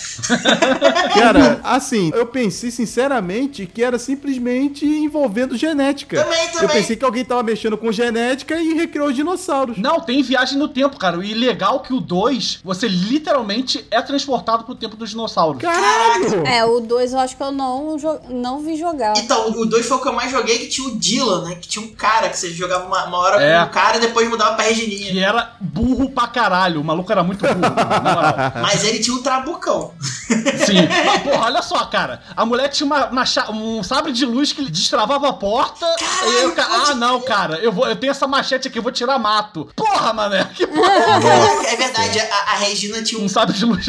S2: Cara, assim, eu pensei sinceramente que era simplesmente envolvendo genética.
S3: Também,
S2: Eu
S3: também.
S2: pensei que alguém tava mexendo com genética e recriou os dinossauros.
S4: Não, tem viagem no tempo, cara. E legal que o 2, você literalmente é transportado pro tempo dos dinossauros.
S2: Caralho!
S5: É, o 2 eu acho que eu não, jo- não vi jogar.
S3: Então, o 2 foi o que eu mais joguei, que tinha o Dylan, né? Que tinha um cara, que você jogava uma, uma hora
S4: É.
S3: com um cara e depois mudava pra Regininha. né?
S4: Que era burro pra caralho. O maluco era muito burro. na moral.
S3: Mas ele tinha um trabucão.
S4: Sim. Mas, porra, olha só, cara. A mulher tinha uma, uma cha- um sabre de luz que destravava a porta. e eu, ca- ah, não, cara. Eu, vou, eu tenho essa machete aqui, eu vou tirar mato. Porra, mané. Que porra.
S3: É verdade, a, a Regina tinha
S4: Um
S3: um-
S4: sabre de luz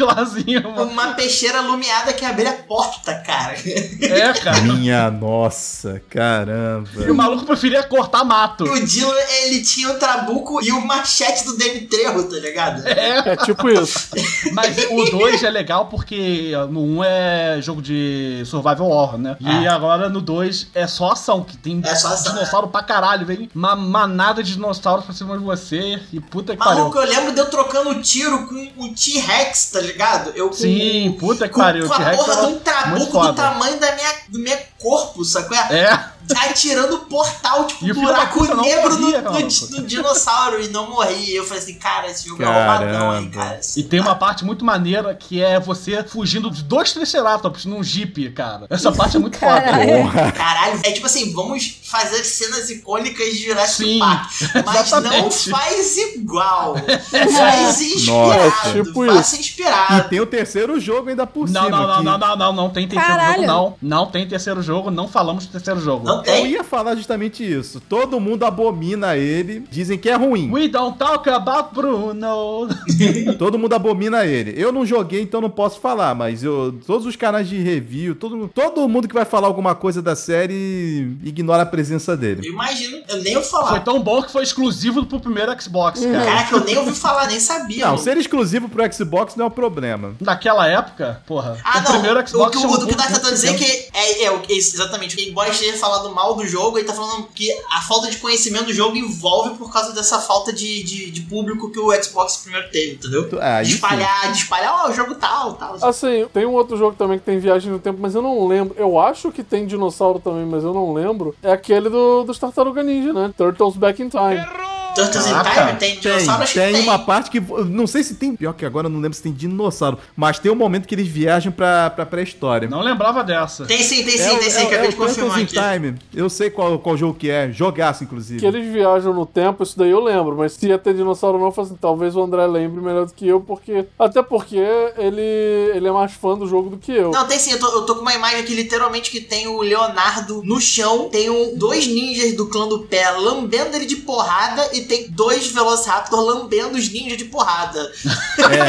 S4: lazinho, mano.
S3: uma peixeira lumiada que abria a porta, cara.
S4: É, cara.
S2: Minha nossa,
S4: E o
S2: caramba.
S4: maluco preferia cortar mato.
S3: O Dylan, ele tinha o trabuco e o machete do Demi Trejo, tá ligado?
S4: É,
S1: É tipo isso.
S4: Mas o 2 é legal porque no 1 um é jogo de survival horror, né? E
S3: É.
S4: agora no 2 é só ação, que tem
S3: É só ação,
S4: dinossauro pra caralho, vem uma manada de dinossauros pra cima de você e puta que
S3: Maluco,
S4: pariu.
S3: eu lembro de eu trocando tiro com o T-Rex, tá ligado? Eu com
S4: Sim, puta que
S3: com,
S4: pariu.
S3: com a
S4: T-Rex
S3: porra
S4: era
S3: de um
S4: muito
S3: trabuco
S4: foda.
S3: do tamanho da minha, do meu corpo, sacou? É?
S4: É,
S3: Atirando o portal, tipo,
S4: E o filho da
S3: buraco
S4: puta não
S3: negro
S4: morria,
S3: no, no,
S4: maluco.
S3: di- no dinossauro e não morri. Eu falei assim, cara, esse jogo é roubadão,
S2: Caramba.
S3: hein, cara.
S4: e tem uma parte muito maneira que é você fugindo de dois triceratops num jeep, cara. Essa parte é muito foda.
S5: Caralho.
S2: Porra.
S3: Caralho, é tipo assim, vamos fazer cenas icônicas de Jurassic
S4: Sim,
S3: Park. Mas não
S4: exatamente.
S3: faz igual. Faz inspirado.
S2: Nossa,
S1: tipo
S3: faça
S2: E
S3: inspirado.
S2: tem o terceiro jogo ainda por
S4: Ah. Não,
S2: cima.
S4: não, não,
S2: que-
S4: não, não, não, não tem terceiro
S5: Caralho.
S4: jogo, não. Não tem terceiro jogo, não falamos do terceiro jogo.
S3: Não
S2: Eu
S3: tem.
S2: ia falar justamente isso. Todo mundo abomina ele, dizem que é ruim.
S4: We don't talk about Bruno.
S2: Todo mundo abomina ele. Eu não joguei, então não posso falar, mas eu, todos os canais de review, todo, todo mundo que vai falar alguma coisa da série ignora a presença dele.
S3: Eu imagino, eu nem ouvi falar.
S4: Foi tão bom que foi exclusivo pro primeiro Xbox, cara.
S3: Cara, que eu nem ouvi falar, nem sabia.
S2: Não,
S3: mano.
S2: ser exclusivo pro Xbox não é o problema.
S4: Naquela época, porra.
S3: Ah,
S4: o
S3: não.
S4: primeiro Xbox
S3: o, que,
S4: tinha um
S3: o, o que tá
S4: público
S3: tentando dizer é
S4: pequeno.
S3: que. É, é, o que- isso, exatamente. Quem gosta de ter falado mal do jogo, ele tá falando que a falta de conhecimento do jogo envolve por causa dessa falta de, de, de público que o Xbox primeiro teve, entendeu?
S2: Tu- Ah,
S3: De
S2: isso.
S3: espalhar, de espalhar, ó, o jogo tal, tal.
S1: Assim, tem um outro jogo também que tem viagem no tempo, mas eu não lembro. Eu acho que tem dinossauro também, mas eu não lembro. É aquele do, dos Tartaruga Ninja, né? Turtles Back in Time.
S3: Tantos em
S4: Caraca.
S3: time, tem
S2: Tem,
S3: dinossauro, acho que
S2: tem
S3: tem.
S2: uma parte que. Não sei se tem. Pior que agora eu não lembro se tem dinossauro. Mas tem um momento que eles viajam pra, pra pré-história.
S4: Não lembrava dessa.
S3: Tem sim, tem
S2: É
S3: sim,
S2: o-
S3: tem sim,
S2: é o-
S3: acabei
S2: é
S3: de
S2: o Turtles
S3: confirmar
S2: in
S3: aqui.
S2: Time. Eu sei qual, qual jogo que é. Jogaço, inclusive.
S1: Que eles viajam no tempo, isso daí eu lembro, mas se ia ter dinossauro ou não, eu falo assim, talvez o André lembre melhor do que eu, porque. Até porque ele, ele é mais fã do jogo do que eu.
S3: Não, tem sim, eu tô, eu tô com uma imagem aqui literalmente que tem o Leonardo no chão, tem um, dois ninjas do clã do pé lambendo ele de porrada e ele tem dois Velociraptor lambendo os ninjas de porrada.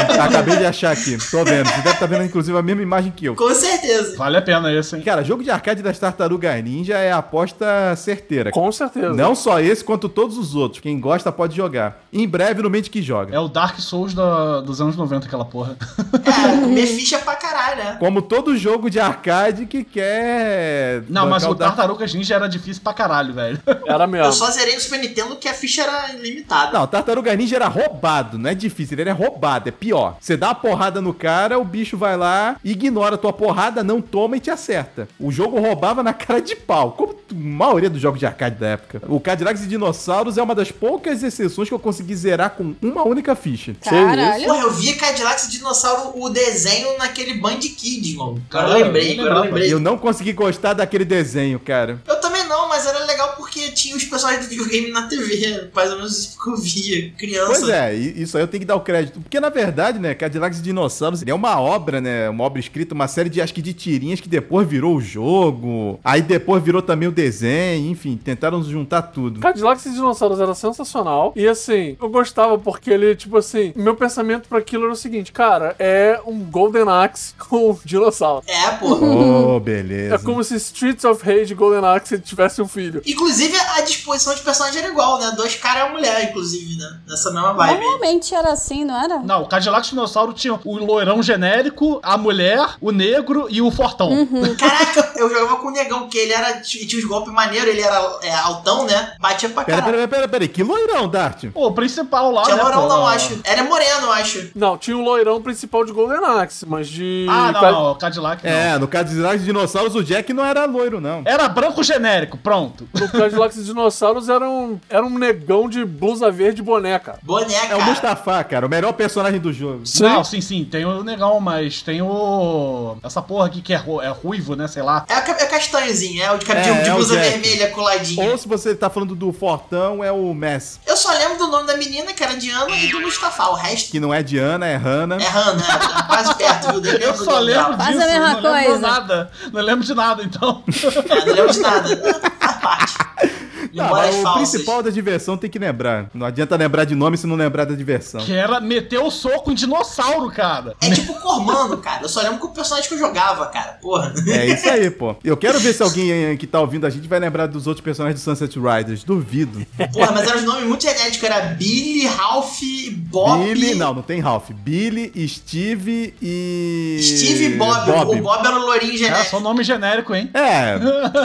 S2: É, acabei de achar aqui. Tô vendo. Você deve estar vendo, inclusive, a mesma imagem que eu.
S3: Com certeza.
S4: Vale a pena esse, hein?
S2: Cara, jogo de arcade das Tartarugas Ninja é a aposta certeira.
S1: Com certeza.
S2: Não só esse, quanto todos os outros. Quem gosta pode jogar. Em breve no Mente que Joga.
S1: um
S4: É o Dark Souls da- dos anos 90, aquela porra.
S3: É, comer ficha pra caralho, né?
S2: Como todo jogo de arcade que quer.
S4: Não, mas
S2: bancar
S4: o
S2: Dark-
S4: Tartarugas Ninja era difícil pra caralho, velho.
S1: Era
S3: Eu
S1: mesmo.
S3: só zerei no Super Nintendo que a ficha era ilimitada.
S2: Não, o Tartaruga Ninja era roubado, não é difícil, ele era roubado, é pior. Você dá uma porrada no cara, o bicho vai lá, ignora a tua porrada, não toma e te acerta. O jogo roubava na cara de pau, como a maioria dos jogos de arcade da época. O Cadillacs e Dinossauros é uma das poucas exceções que eu consegui zerar com uma única ficha.
S5: Caralho.
S3: Porra, eu via Cadillac e Dinossauro o desenho naquele Band Kids, mano. Agora
S4: Caralho,
S3: eu lembrei,
S4: eu
S3: agora eu
S4: lembrava.
S3: lembrei.
S2: Eu não consegui gostar daquele desenho, cara.
S3: Eu também não, mas era legal porque tinha os personagens do videogame na TV, mais ou menos isso que eu via, criança.
S2: Pois é, e- isso aí eu tenho que dar o crédito. Porque, na verdade, né, Cadillacs e Dinossauros ele é uma obra, né? Uma obra escrita, uma série de, acho que de tirinhas que depois virou o jogo. Aí depois virou também o desenho, enfim, tentaram juntar tudo.
S1: Cadillacs e Dinossauros era sensacional. E assim, eu gostava porque ele, tipo assim, meu pensamento pra aquilo era o seguinte, cara, é um Golden Axe com um dinossauro.
S3: É, pô.
S2: Oh,
S1: É
S2: beleza.
S1: como se Streets of Rage e Golden Axe tivesse um filho.
S3: Inclusive, a disposição de personagem era igual, né? Dois caras e uma mulher, inclusive, né? Nessa mesma vibe.
S2: Uhum.
S5: Normalmente era assim, não era?
S4: Não, o Cadillac e Dinossauro tinha o loirão genérico, a mulher, o negro e o fortão.
S3: Caraca, eu jogava com o negão, que ele era. Tinha uns golpes maneiros, ele era é, altão, né? Batia pra
S2: Pera, pera, pera,
S3: caralho.
S2: pera, pera, que loirão, Dart.
S4: Pô, o principal lá,
S3: Tinha
S4: né,
S3: morão,
S4: pô?
S3: não, acho. Era moreno, eu acho.
S1: Não, tinha o loirão principal de Golden Axe, mas de...
S4: Ah, não, não, o Cadillac não. É,
S2: É, no Cadillacs e Dinossauros o Jack não era loiro, não.
S4: Era branco genérico, pronto.
S1: No Cadillacs e Dinossauros era um, era um negão de blusa verde e boné, cara.
S3: Boneca.
S2: É o Mustafa, cara, o melhor personagem do jogo.
S4: Não, sim, sim, tem o negão, mas tem o. Essa porra aqui que é, ru- é ruivo, né? Sei lá.
S3: É, o ca- é o castanhozinho, é o de cabelo
S2: É,
S3: de
S2: é o
S3: blusa
S2: Jack.
S3: vermelha coladinha.
S2: Ou se você tá falando do Fortão, é o Messi.
S3: Eu só lembro do nome da menina, que era Diana, e do Mustafa. O resto
S2: Que não é Diana, é Hannah.
S3: é Hannah, é quase perto, viu? Nem
S4: Eu
S3: lembro
S4: só
S3: do nome dela.
S4: lembro disso.
S5: Quase a mesma
S4: não lembro
S5: coisa.
S4: nada. Não lembro de nada, então.
S3: É, não lembro de nada. A parte.
S2: Não,
S3: Memórias
S2: mas o
S3: falsas.
S2: principal da diversão tem que lembrar. Não adianta lembrar de nome se não lembrar da diversão.
S4: que era meter o soco em dinossauro, cara.
S3: É tipo Cormano, cara. Eu só lembro que o personagem que eu jogava, cara. Porra.
S2: É isso aí, pô. Eu quero ver se alguém eh, que tá ouvindo a gente vai lembrar dos outros personagens do Sunset Riders. Duvido.
S3: Porra, mas eram os nomes muito genéricos. Era Billy, Ralph, Bob.
S2: Billy, não, não tem Ralph. Billy, Steve e.
S3: Steve e Bob. O Bob era o lourinho
S4: É,
S3: genérico.
S4: só nome genérico, hein?
S2: É,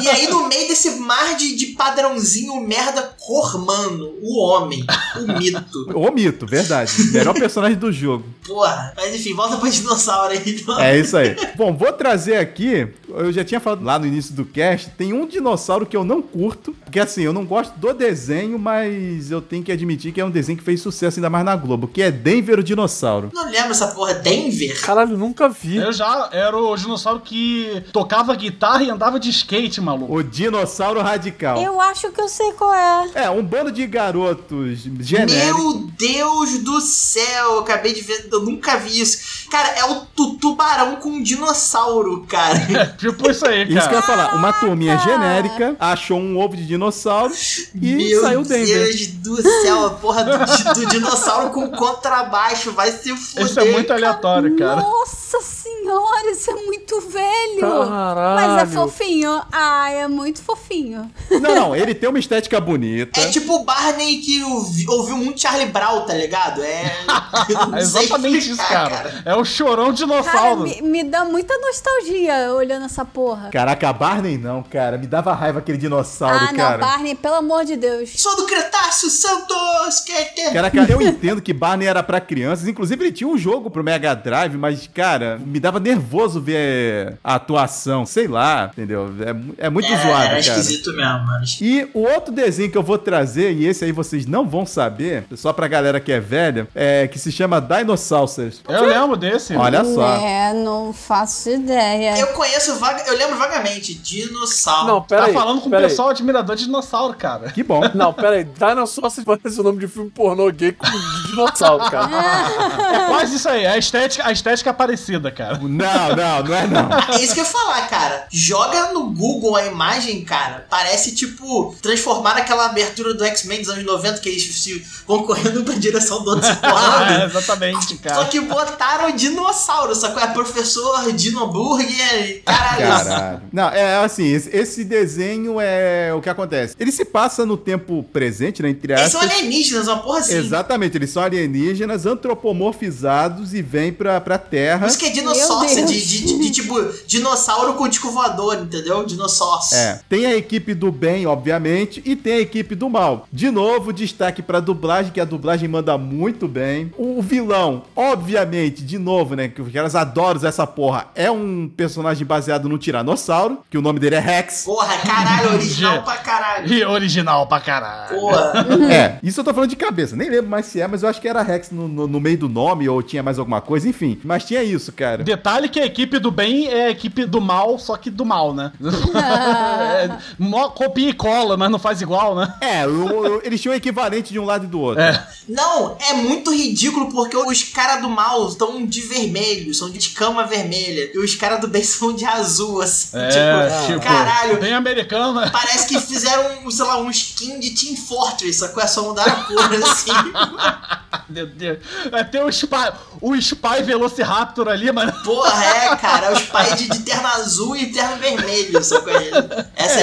S3: E aí, no meio desse mar de, de padrãozinho merda, Cormano, o homem, o mito.
S2: o mito, verdade. Melhor personagem do jogo.
S3: Porra. Mas enfim, volta pra dinossauro aí. então.
S2: É isso aí. Bom, vou trazer aqui. Eu já tinha falado lá no início do cast. Tem um dinossauro que eu não curto. Porque assim, eu não gosto do desenho, mas eu tenho que admitir que é um desenho que fez sucesso ainda mais na Globo, que é Denver o Dinossauro.
S3: Não lembro essa porra. Denver?
S1: Caralho, nunca vi.
S4: Eu já era o dinossauro que tocava guitarra e andava de skate, maluco.
S2: O dinossauro radical.
S5: Eu acho que eu sei qual é.
S2: É, um bando de garotos genéricos.
S3: Meu Deus do céu, eu acabei de ver, eu nunca vi isso. Cara, é o tu- tubarão com um dinossauro, cara.
S4: Tipo isso aí, cara.
S2: Isso que eu ia falar, uma turminha genérica achou um ovo de dinossauro e
S3: Meu
S2: saiu
S4: né?
S2: Denver.
S3: Deus do céu, a porra do, do dinossauro com contrabaixo, vai se fuder.
S4: Isso é muito aleatório, cara.
S5: Nossa senhora, isso é muito velho.
S1: Caralho.
S5: Mas é fofinho. Ai, é muito fofinho.
S2: Não, não, ele tem uma estética bonita.
S3: É tipo o Barney que ouvi- ouviu muito Charlie Brown, tá ligado? É. eu não
S4: É
S3: sei
S4: exatamente isso,
S3: explicar,
S4: cara. É o chorão
S5: Cara,
S4: dinossauro.
S5: me, me dá muita nostalgia olhando essa porra.
S2: Caraca, a Barney não, cara. Me dava raiva aquele dinossauro,
S5: ah, não,
S2: cara.
S5: Barney, pelo amor de Deus.
S3: Sou do Cretáceo Santos, que é que-
S2: Caraca, eu entendo que Barney era pra crianças. Inclusive, ele tinha um jogo pro Mega Drive, mas, cara, me dava nervoso ver a atuação. Sei lá, entendeu? É, mu- é muito
S3: É,
S2: zoado,
S3: Era
S2: cara.
S3: esquisito mesmo, mano.
S2: E o outro desenho que eu vou trazer, e esse aí vocês não vão saber, só pra galera que é velha, é que se chama Dinosaurs.
S4: Eu lembro desse.
S2: Olha só.
S5: É, não faço ideia.
S3: Eu conheço vaga. Eu lembro vagamente, dinossauro.
S1: Não,
S4: Tá
S1: peraí.
S4: falando com o
S1: peraí.
S4: pessoal admirador de dinossauro, cara.
S2: Que bom.
S1: Não, peraí. Dinosaur se parece o nome de filme pornô gay com dinossauro, cara.
S5: Ah,
S4: É quase isso aí. A estética, a estética é parecida, cara.
S2: Não, não, não é não.
S3: É isso que eu ia falar, cara. Joga no Google a imagem, cara. Parece, tipo, transformar aquela abertura do X-Men dos anos 90 que eles se vão correndo pra direção do outro se
S4: Ah,
S3: porrando.
S4: exatamente,
S3: Só
S4: cara.
S3: que botaram dinossauro, sacou? É professor Dino Burger. Caralho.
S2: Caralho. Não, é assim, esse, esse desenho é o que acontece. Ele se passa no tempo presente, né? Entre
S3: Eles são
S2: aspas.
S3: alienígenas, uma porra assim.
S2: Exatamente, eles são alienígenas antropomorfizados e vêm pra, pra Terra.
S3: Por isso que é dinossauro,
S5: Meu
S3: de,
S5: Deus.
S3: de, de- de tipo dinossauro com disco voador, entendeu? Dinossauro.
S2: É, tem a equipe do bem, obviamente, e tem a equipe do mal. De novo, destaque pra dublagem, que a dublagem manda muito bem. O vilão, obviamente, de novo, né, que os caras adoram usar essa porra, é um personagem baseado no Tiranossauro, que o nome dele é Rex.
S3: Porra, caralho, original
S4: Gente.
S3: pra caralho.
S4: E original pra caralho.
S3: Porra.
S2: É, isso eu tô falando de cabeça, nem lembro mais se é, mas eu acho que era Rex no, no- no meio do nome, ou tinha mais alguma coisa, enfim. Mas tinha isso, cara.
S4: Detalhe que a equipe do bem é a equipe do mal, só que do mal, né?
S5: Ah.
S4: É, mó copia e cola, mas não faz igual, né?
S2: É, o- o- eles tinham o equivalente de um lado e do outro.
S4: É.
S3: Não, é muito ridículo porque os caras do mal estão de vermelho, são de cama vermelha. E os caras do bem são de azul, assim.
S4: É, tipo,
S3: caralho.
S4: bem americano, né?
S3: Parece que fizeram, um, sei lá, um skin de Team Fortress, sacou? É só mudar a cor, assim.
S4: Meu Deus. É, tem o Spy, o Spy Velociraptor ali, mas
S3: Porra, é, cara. É os pais de, de terno azul e terno vermelho, sacou? Essa
S2: É,
S3: é, a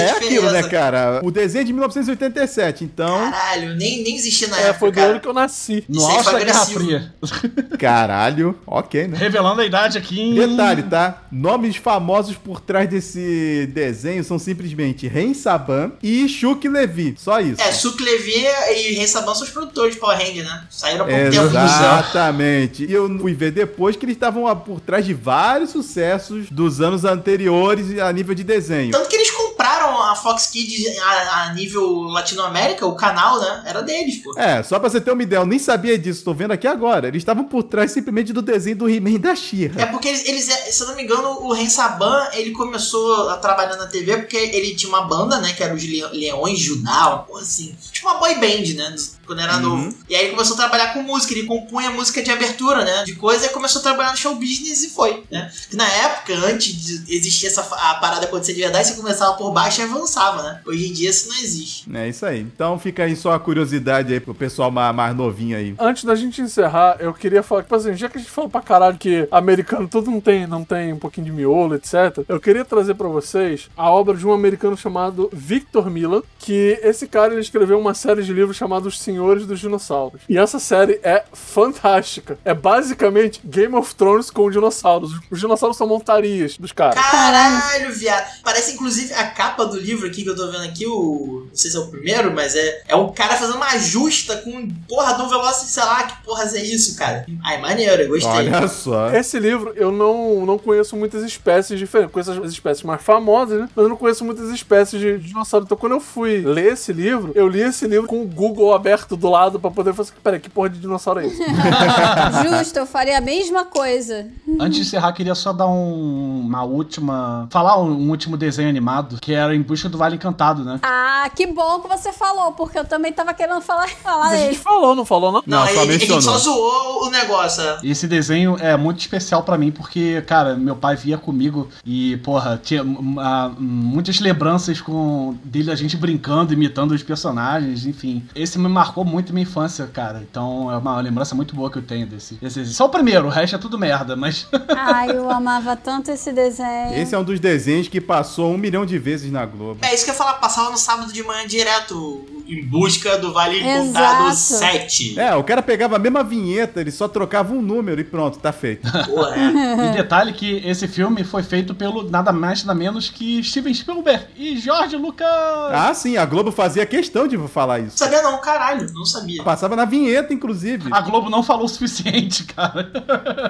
S2: é
S3: diferença.
S2: aquilo, né, cara? O desenho é de 1987, então.
S3: Caralho, nem, nem existia na
S1: É,
S3: época,
S1: foi do ano
S3: cara.
S1: que eu nasci.
S3: Isso aí
S4: Nossa,
S3: foi
S4: Guerra
S3: agressivo.
S4: Fria.
S2: Caralho, ok, né?
S4: Revelando a idade aqui em...
S2: Detalhe, tá? Nomes famosos por trás desse desenho são simplesmente Ren Saban e Chuck Levy. Só isso.
S3: É, Suclevi e Rei Saban são os produtores de Power Ranger, né? Saíram há pouco
S2: É
S3: tempo.
S2: Exatamente. E eu fui ver depois que eles estavam ah, por trás de vários sucessos dos anos anteriores a nível de desenho.
S3: Tanto que eles compraram a Fox Kids a, a nível Latinoamérica, o canal, né? Era deles, pô.
S2: É, só pra você ter uma ideia, eu nem sabia disso, tô vendo aqui agora. Eles estavam por trás simplesmente do desenho do He-Man e da She-Ra.
S3: É porque eles, eles- se eu não me engano, o Ren Saban, ele começou a trabalhar na TV porque ele tinha uma banda, né, que era os Leo- Leões Judá, uma coisa assim, tipo uma boy band, né, dos- quando era novo. E aí ele começou a trabalhar com música, ele compunha música de abertura, né, de coisa, e começou a trabalhar no show business e foi, né. Que Na época, antes de existir essa fa- a parada acontecer de verdade, você começava por baixo e avançava, né. Hoje em dia isso não existe.
S2: É isso aí. Então fica aí só a curiosidade aí pro pessoal ma- mais novinho aí.
S1: Antes da gente encerrar, eu queria falar, tipo assim, já que a gente fala pra caralho que americano todo não tem, não tem um pouquinho de miolo, etc. Eu queria trazer pra vocês a obra de um americano chamado Victor Miller, que esse cara ele escreveu uma série de livros chamada Os Senhores dos Dinossauros. E essa série é fantástica. É basicamente Game of Thrones com dinossauros. Os dinossauros são montarias dos caras.
S3: Caralho, viado. Parece inclusive a capa do livro aqui que eu tô vendo aqui, o. Não sei se é o primeiro, mas é, é um cara fazendo uma justa com porra de um Velocity, sei lá, que porras é isso, cara. Ai, maneiro, eu gostei.
S2: Olha só.
S1: Esse livro, eu não, não conheço muitas espécies diferentes. Conheço as espécies mais famosas, né? Mas eu não conheço muitas espécies de dinossauro. Então, quando eu fui ler esse livro, eu li esse livro com o Google aberto do lado pra poder falar assim: peraí, que porra de dinossauro é esse?
S5: Justo, eu faria a mesma coisa.
S4: Antes de encerrar, queria só dar um- uma última... Falar um, um último desenho animado, que era Em Busca do Vale Encantado, né?
S5: Ah, que bom que você falou, porque eu também tava querendo falar, falar
S1: Mas a gente
S5: dele.
S1: falou, não falou, não?
S3: Não,
S2: Não, só
S3: ele, ele
S2: mencionou.
S3: só zoou o negócio. né?
S4: Esse desenho é muito especial pra mim porque, cara, meu pai via comigo e, porra, tinha hum, ah, hum, muitas lembranças com dele a gente brincando, imitando os personagens, enfim. Esse me marcou muito minha infância, cara. Então é uma lembrança muito boa que eu tenho desse. desse desenho. Só o primeiro, o resto é tudo merda, mas.
S5: Ai, eu amava tanto esse desenho.
S2: Esse é um dos desenhos que passou um milhão de vezes na Globo.
S3: É isso que eu ia falar, passava no sábado de manhã direto, em busca do Vale Encantado
S5: Exato.
S3: 7.
S2: É, o cara pegava a mesma vinheta, ele só trocava um número e pronto, tá feito.
S3: Porra, é.
S4: e detalhe que esse filme foi feito pelo nada mais nada menos que Steven Spielberg e George Lucas.
S2: Ah, sim, a Globo fazia questão de falar
S3: Não
S2: isso.
S3: sabia não, caralho, não sabia.
S2: Passava na vinheta, inclusive.
S4: A Globo não falou o suficiente, cara.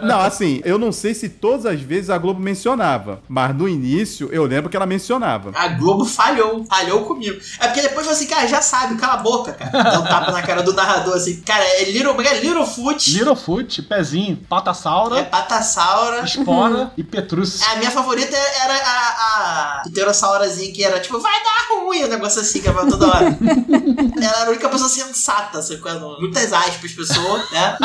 S2: Não, assim, eu não sei se todas as vezes a Globo mencionava, mas no início eu lembro que ela mencionava.
S3: A Globo falhou, falhou comigo. É porque depois você, cara, já sabe, sabe, cala a boca, cara. Dá um tapa na cara do narrador, assim. Cara, é Little, como é que é? Littlefoot,
S4: Littlefoot, pezinho,
S3: é
S4: patassaura,
S3: Patassaura.
S5: Uhum.
S4: espora e petrus.
S3: A minha favorita era a, a pterossaurazinha que era tipo, vai dar ruim, o negócio assim que ela toda hora. ela era a única pessoa sensata, assim, com muitas aspas, pessoa, né?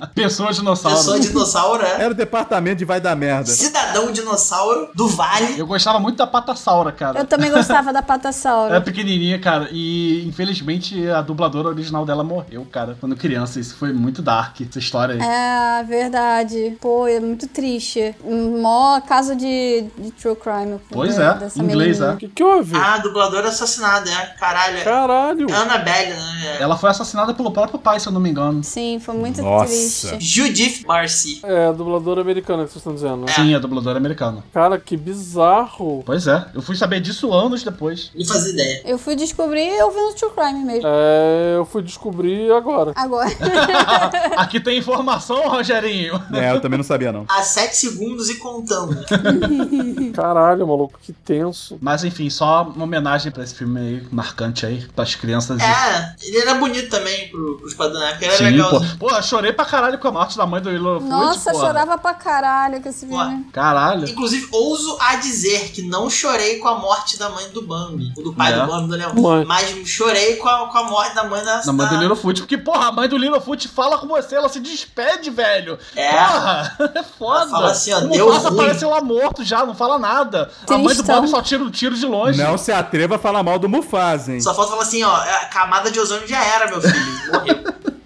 S5: É.
S4: Pessoa dinossauro.
S3: Pessoa dinossauro, né?
S2: Era o departamento de vai dar merda.
S3: Cidadão dinossauro do vale.
S4: Eu gostava muito da patassaura, cara.
S5: Eu também gostava da
S4: Era
S5: patassauro.
S4: pequenininha, cara, e infelizmente a dubladora original dela morreu, cara, quando criança. Isso foi muito dark, essa história aí.
S5: É, verdade. Pô, é muito triste. Um Mó caso de, de true crime.
S4: Pois
S5: né,
S4: é, em inglês,
S5: menininha.
S1: O que, que houve?
S3: Ah, dubladora assassinada, é. Caralho.
S1: Caralho.
S3: Annabelle, né?
S4: Ela foi assassinada pelo próprio pai, se eu não me engano.
S5: Sim, foi muito
S2: Nossa.
S5: triste.
S3: Judith Marcy.
S1: É, a dubladora americana que vocês estão dizendo,
S5: É.
S1: né?
S4: Sim, a dubladora é americana.
S1: Cara, que bizarro.
S4: Pois é, eu fui saber disso anos depois.
S3: Não fazia ideia.
S5: Eu fui descobrir ouvindo true crime mesmo.
S1: É, eu fui descobrir agora.
S5: Agora.
S4: Aqui tem informação, Rogerinho.
S2: É, eu também não sabia, não.
S3: Há 7 segundos e contando.
S1: Caralho, maluco, que tenso.
S4: Mas enfim, só uma homenagem pra esse filme aí, marcante aí, pras crianças. e-
S3: É, ele era bonito também pro, pros padrões da época, era
S4: Sim,
S3: legal.
S4: pô. Pô, eu chorei pra caralho com a morte da mãe do Willow
S5: Nossa, chorava pra caralho com esse
S3: Porra.
S5: filme.
S4: Caralho.
S3: Inclusive, ouso a dizer que não chorei com a morte da mãe do Bambi, ou do pai
S4: É.
S3: do Bambi, não lembro.
S1: Mãe.
S3: Mas chorei com a, com a morte da mãe da.
S4: Da mãe do
S3: da-
S4: Littlefoot, porque, porra, a mãe do Littlefoot fala com você, ela se despede, velho.
S3: É.
S4: Porra, é foda.
S3: Ela fala assim, ó,
S4: não
S3: deu
S4: faça
S3: ruim.
S4: parecer ela morto já, não fala nada. A mãe do
S5: Tristão.
S4: Bob só tira um tiro de longe.
S2: Não se atreva a falar mal do Mufasa, hein?
S3: Só falta falar assim, ó, a camada de ozônio já era, meu filho. Morreu.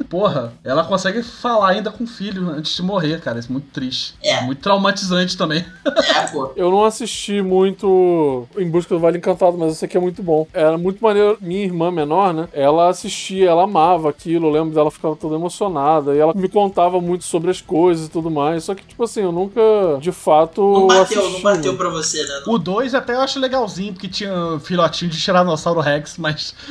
S4: Porra, ela consegue falar ainda com o filho antes de morrer, cara. Isso é muito triste.
S3: É.
S4: Muito traumatizante também.
S3: é, pô.
S1: Eu não assisti muito Em Busca do Vale Encantado, mas esse aqui é muito bom. Era muito maneiro. Minha irmã menor, né? Ela assistia, ela amava aquilo. Eu lembro dela ficava toda emocionada. E ela me contava muito sobre as coisas e tudo mais. Só que, tipo assim, eu nunca, de fato,
S3: Não bateu,
S1: assisti.
S3: não bateu pra você, né?
S4: O 2 até eu acho legalzinho, porque tinha um filhotinho de Tiranossauro Rex, mas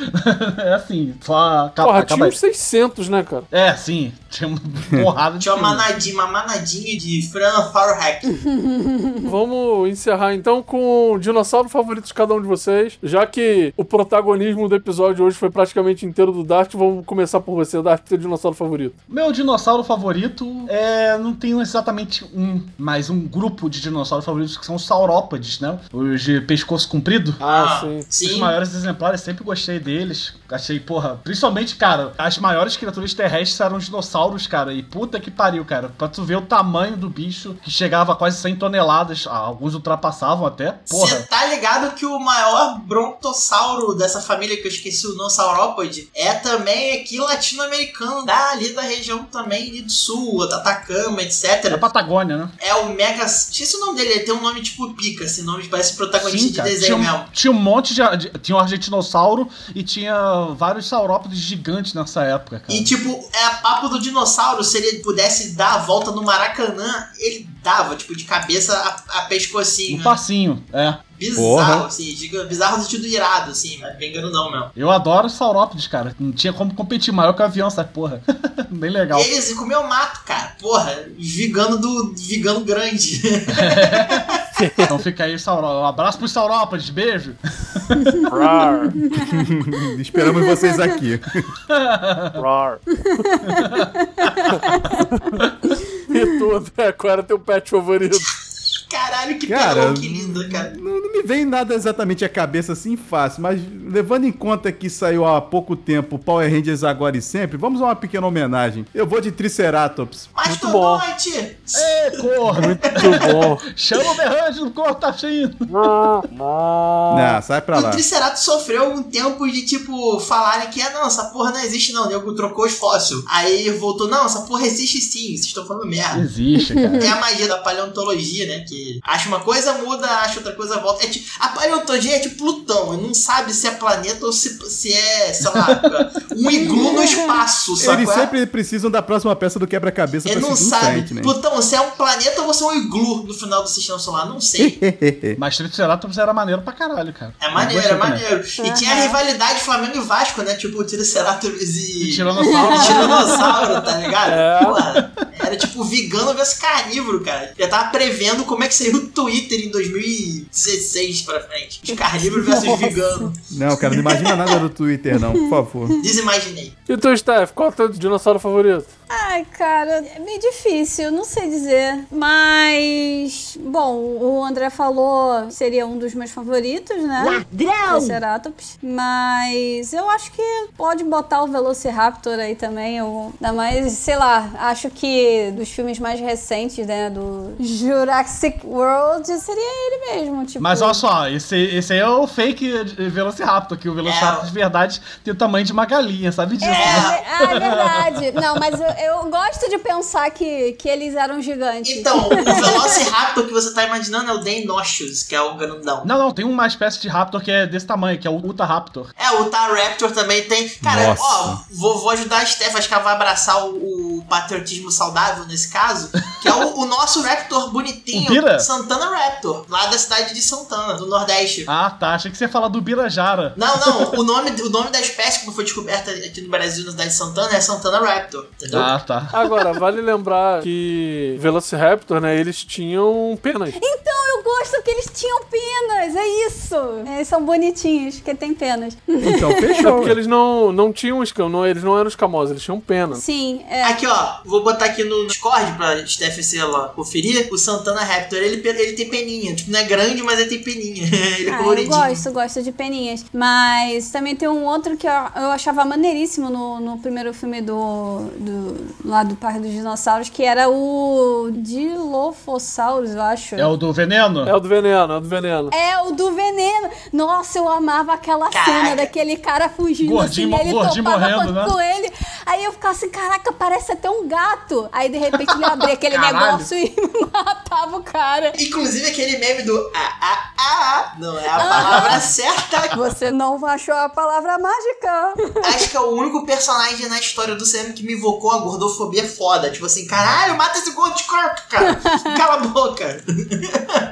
S4: é assim, só acaba.
S1: Porra, tinha um
S4: acaba-
S1: uns 600, né, cara?
S4: É, sim, tinha uma porrada de
S3: Tinha uma
S4: filme.
S3: manadinha, uma manadinha de Fran Farhack. Uhum.
S1: Vamos encerrar então com o dinossauro favorito de cada um de vocês. Já que o protagonismo do episódio hoje foi praticamente inteiro do Dart, vamos começar por você, Dart, seu dinossauro favorito.
S4: Meu dinossauro favorito é. Não tenho exatamente um, mas um grupo de dinossauros favoritos que são os saurópodes, né? Os de pescoço comprido.
S1: Ah, sim.
S4: Os
S3: Sim.
S4: maiores exemplares, sempre gostei deles. Achei, porra. Principalmente, cara, as maiores criaturas terrestres eram os dinossauros, cara. E puta que pariu, cara. Pra tu ver o tamanho do bicho, que chegava a quase 100 toneladas. Ah, alguns ultrapassavam até. Porra.
S3: Você tá ligado que o maior brontossauro dessa família, que eu esqueci o nome, saurópode, é também aqui latino-americano, da, ali da região também ali do sul, da Atacama,
S4: Da
S3: etc.
S4: Patagônia, né?
S3: É o Mega. Esqueci o nome dele, ele tem um nome tipo pica, esse nome parece protagonista
S4: Sim,
S3: de
S4: cara.
S3: desenho né?
S4: Tinha, um-
S3: mesmo.
S4: tinha um monte de, de- Tinha um argentinossauro e tinha vários saurópodes gigantes nessa época, cara.
S3: E tipo, é a papo do dinossauro, se ele pudesse dar a volta no Maracanã, ele dava, tipo, de cabeça a, a pescocinho.
S4: Um
S3: né?
S4: passinho, é.
S3: Bizarro,
S2: Porra.
S3: assim, diga, bizarro no sentido irado, assim, mas bem grandão mesmo.
S4: Eu adoro saurópodes, cara. Não tinha como competir maior que o avião, essa porra. Bem legal.
S3: Eles comeu mato, cara. Porra, vegano do vegano grande.
S4: Então fica aí, saurópodes. Um abraço pros saurópodes, beijo.
S1: Rar,
S2: Esperamos vocês aqui.
S1: rar. e tudo, é, qual era teu pet favorito?
S3: Caralho, que
S2: Cara,
S3: pelão, que lindo, cara.
S2: Não, não me vem nada exatamente à cabeça assim fácil, mas levando em conta que saiu há pouco tempo Power Rangers Agora e Sempre, vamos a uma pequena homenagem. Eu vou de Triceratops.
S3: Mastodonte!
S4: Ê, corno!
S1: Muito
S4: Chama o berrante do corno, tá cheio.
S1: bom.
S2: Não, sai pra
S3: Ah. O
S2: lá.
S3: Triceratops sofreu um tempo de, tipo, falarem que, ah, não, essa porra não existe, não. O nego trocou os fósseis. Aí voltou, não, essa porra existe sim, vocês estão falando merda.
S4: Existe, cara.
S3: É a magia da paleontologia, né? Que acha uma coisa, muda, acha outra coisa, volta. É tipo, a paleontologia é tipo Plutão, e não sabe se é planeta ou se, se é, sei lá, um iglu no espaço, sabe? é?
S2: Eles sempre precisam da próxima peça do quebra-cabeça
S3: Ele
S2: pra
S3: não
S2: seguir em
S3: sabe.
S2: frente, né?
S3: Plutão, você é um planeta ou você é um iglu no final do sistema solar? Não sei.
S2: né,
S4: Mas Triceratops era maneiro pra caralho, cara.
S3: É
S4: Eu
S3: maneiro, é
S4: gostei também.
S3: maneiro. E
S5: Aham.
S3: tinha a rivalidade Flamengo e Vasco, né? Tipo, o Triceratops e.
S4: Tiranossauro.
S3: Tiranossauro, tá ligado?
S1: É.
S3: Porra, Era tipo vegano versus carnívoro, cara. Já tava prevendo como é que seria o Twitter em 2016 pra frente. De carnívoro versus vegano.
S2: Não, cara, não imagina nada do Twitter, não, por favor.
S3: Desimaginei.
S1: E tu, Steph, qual é o teu dinossauro favorito?
S5: Ai, cara, é meio difícil, não sei dizer. Mas, bom, o André falou que seria um dos meus favoritos, né? Ladrão! Triceratops. Mas eu acho que pode botar o Velociraptor aí também. Eu, ainda mais, sei lá, acho que dos filmes mais recentes, né? Do Jurassic World, seria ele mesmo. Tipo,
S4: Mas olha só, esse, esse aí é o fake eh, Velociraptor, que o
S3: É.
S4: Velociraptor de verdade tem o tamanho de uma galinha, sabe disso?
S5: É,
S4: né?
S5: ah, é verdade. Não, mas eu, eu gosto de pensar que, que eles eram gigantes.
S3: Então, o Velociraptor que você tá imaginando é o Deinocious, que é o grandão.
S4: Não, não, tem uma espécie de raptor que é desse tamanho, que é o Utahraptor.
S3: É, o Taraptor também tem. Cara,
S2: Nossa.
S3: ó, vou, vou ajudar a Steph, acho que ela vai abraçar o, o patriotismo saudável nesse caso, que é o, o nosso Raptor bonitinho,
S4: O Bira?
S3: Santana Raptor, lá da cidade de Santana, do Nordeste.
S4: Ah, tá, achei que você ia falar do Birajara.
S3: Não, não, o nome, o nome da espécie que foi descoberta aqui no Brasil, na cidade de Santana, é Santana Raptor, entendeu?
S4: Ah, tá.
S1: Agora, vale lembrar que Velociraptor, né, eles tinham penas.
S5: Então, eu gosto que eles tinham penas, é isso. Eles são bonitinhos, porque tem penas.
S2: Então,
S1: É
S2: fechou.
S1: porque eles não, não tinham escam, não, eles não eram escamosos, eles tinham pena.
S5: Sim, é.
S3: Aqui, ó, vou botar aqui no Discord pra Steph se ela conferir. O Santana Raptor, ele, pe- ele tem peninha. Tipo, não é grande, mas ele tem peninha. ele é
S5: Ah, eu
S3: coloridinho.
S5: gosto, gosto de peninhas. Mas também tem um outro que eu, eu achava maneiríssimo no, no primeiro filme do, do. lá do Parque dos Dinossauros, que era o. Dilophosaurus, eu acho.
S4: É o do veneno?
S1: É o do veneno, é o do veneno.
S5: É, o do veneno. Nossa, eu amava aquela
S3: Caraca.
S5: cena daquele cara fugindo
S4: Gordinho-
S5: assim, ele
S4: gordinho
S5: topava
S4: morrendo,
S5: com,
S4: né?
S5: com ele. Aí eu ficava assim, caraca, parece até um gato. Aí de repente ele abria aquele
S4: Caralho.
S5: negócio e matava o cara.
S3: Inclusive aquele meme do ah, ah, ah, ah, não é a palavra certa.
S5: Você não achou a palavra mágica.
S3: Acho que é o único personagem na história do cinema que me invocou a gordofobia foda. Tipo assim, caralho, mata esse gordo de corpo, cara. Cala a boca.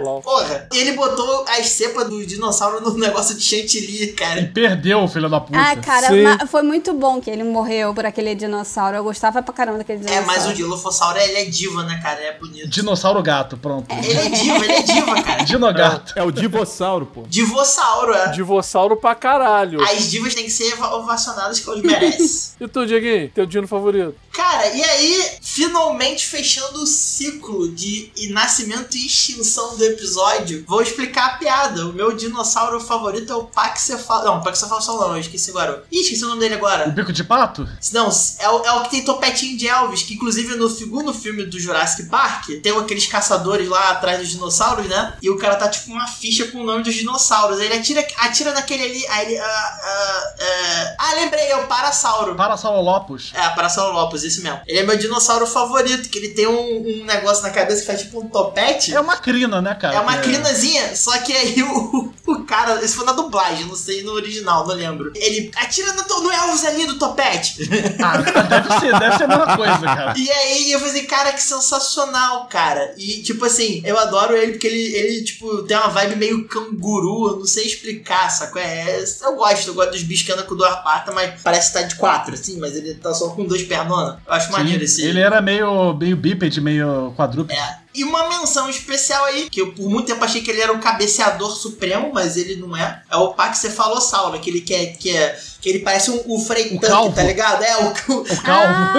S1: Lol.
S3: Porra, ele botou as cepas do dinossauro no negócio de chantilly,
S4: E
S3: cara.
S4: perdeu, filho da puta.
S5: Ah, cara,
S1: Sim.
S5: ma- foi muito bom que ele morreu por aquele dinossauro. Eu gostava pra caramba daquele
S3: É,
S5: dinossauro.
S3: mas o Dilophosauro, ele é diva, né, cara? Ele é bonito.
S4: Dinossauro gato, pronto.
S3: Ele é diva, ele é diva, cara.
S4: Dinogato.
S2: É o Divossauro, pô.
S3: Divossauro, é.
S1: Divossauro pra caralho.
S3: As divas têm que ser ovacionadas que elas merecem.
S1: E tu, Dieguinho, teu dino favorito?
S3: Cara, e aí, finalmente fechando o ciclo de nascimento e extinção do episódio, vou explicar a piada. O meu dinossauro favorito é o Paxefalo. Não, Paxefalo não, eu esqueci agora. Ih, esqueci o nome dele agora.
S4: O Um bico de pato?
S3: Não, é o, é o que tem topetinho de Elvis, que inclusive no segundo filme do Jurassic Park, tem aqueles caçadores lá atrás dos dinossauros, né? E o cara tá tipo com uma ficha com o nome dos dinossauros. Aí ele atira, atira naquele ali, aí ele. ah, ah, ah, ah, lembrei, é o Parasauro.
S4: Parasaurolopus.
S3: É, Parasaurolopus, esse mesmo. Ele é meu dinossauro favorito, que ele tem um, um negócio na cabeça que faz tipo um topete.
S4: É uma crina, né, cara?
S3: É uma crinazinha, só que aí o, o cara. Isso foi na dublagem, não sei no original, não lembro. Ele atira no, no Elvis ali do topete.
S4: Ah, deve ser, deve ser a mesma coisa, cara.
S3: E aí eu falei assim, cara, que sensacional, cara. E tipo assim, eu adoro ele porque ele, ele tipo, tem uma vibe meio canguru, eu não sei explicar, saco? É, é- eu gosto, eu gosto dos bichos que andam com duas patas, mas parece estar de quatro, assim, mas ele tá só com dois pernonas. Eu acho maneiro esse.
S4: Sim, ele é era meio, meio bípede, meio quadrúpede.
S3: É. E uma menção especial aí, que eu por muito tempo achei que ele era um cabeceador supremo, mas ele não é. É o Paxefalossauro, aquele que é. que, é, que ele parece um, o Frei
S4: O
S3: Tanque,
S4: calvo.
S3: tá ligado? É, o, o
S4: O calvo.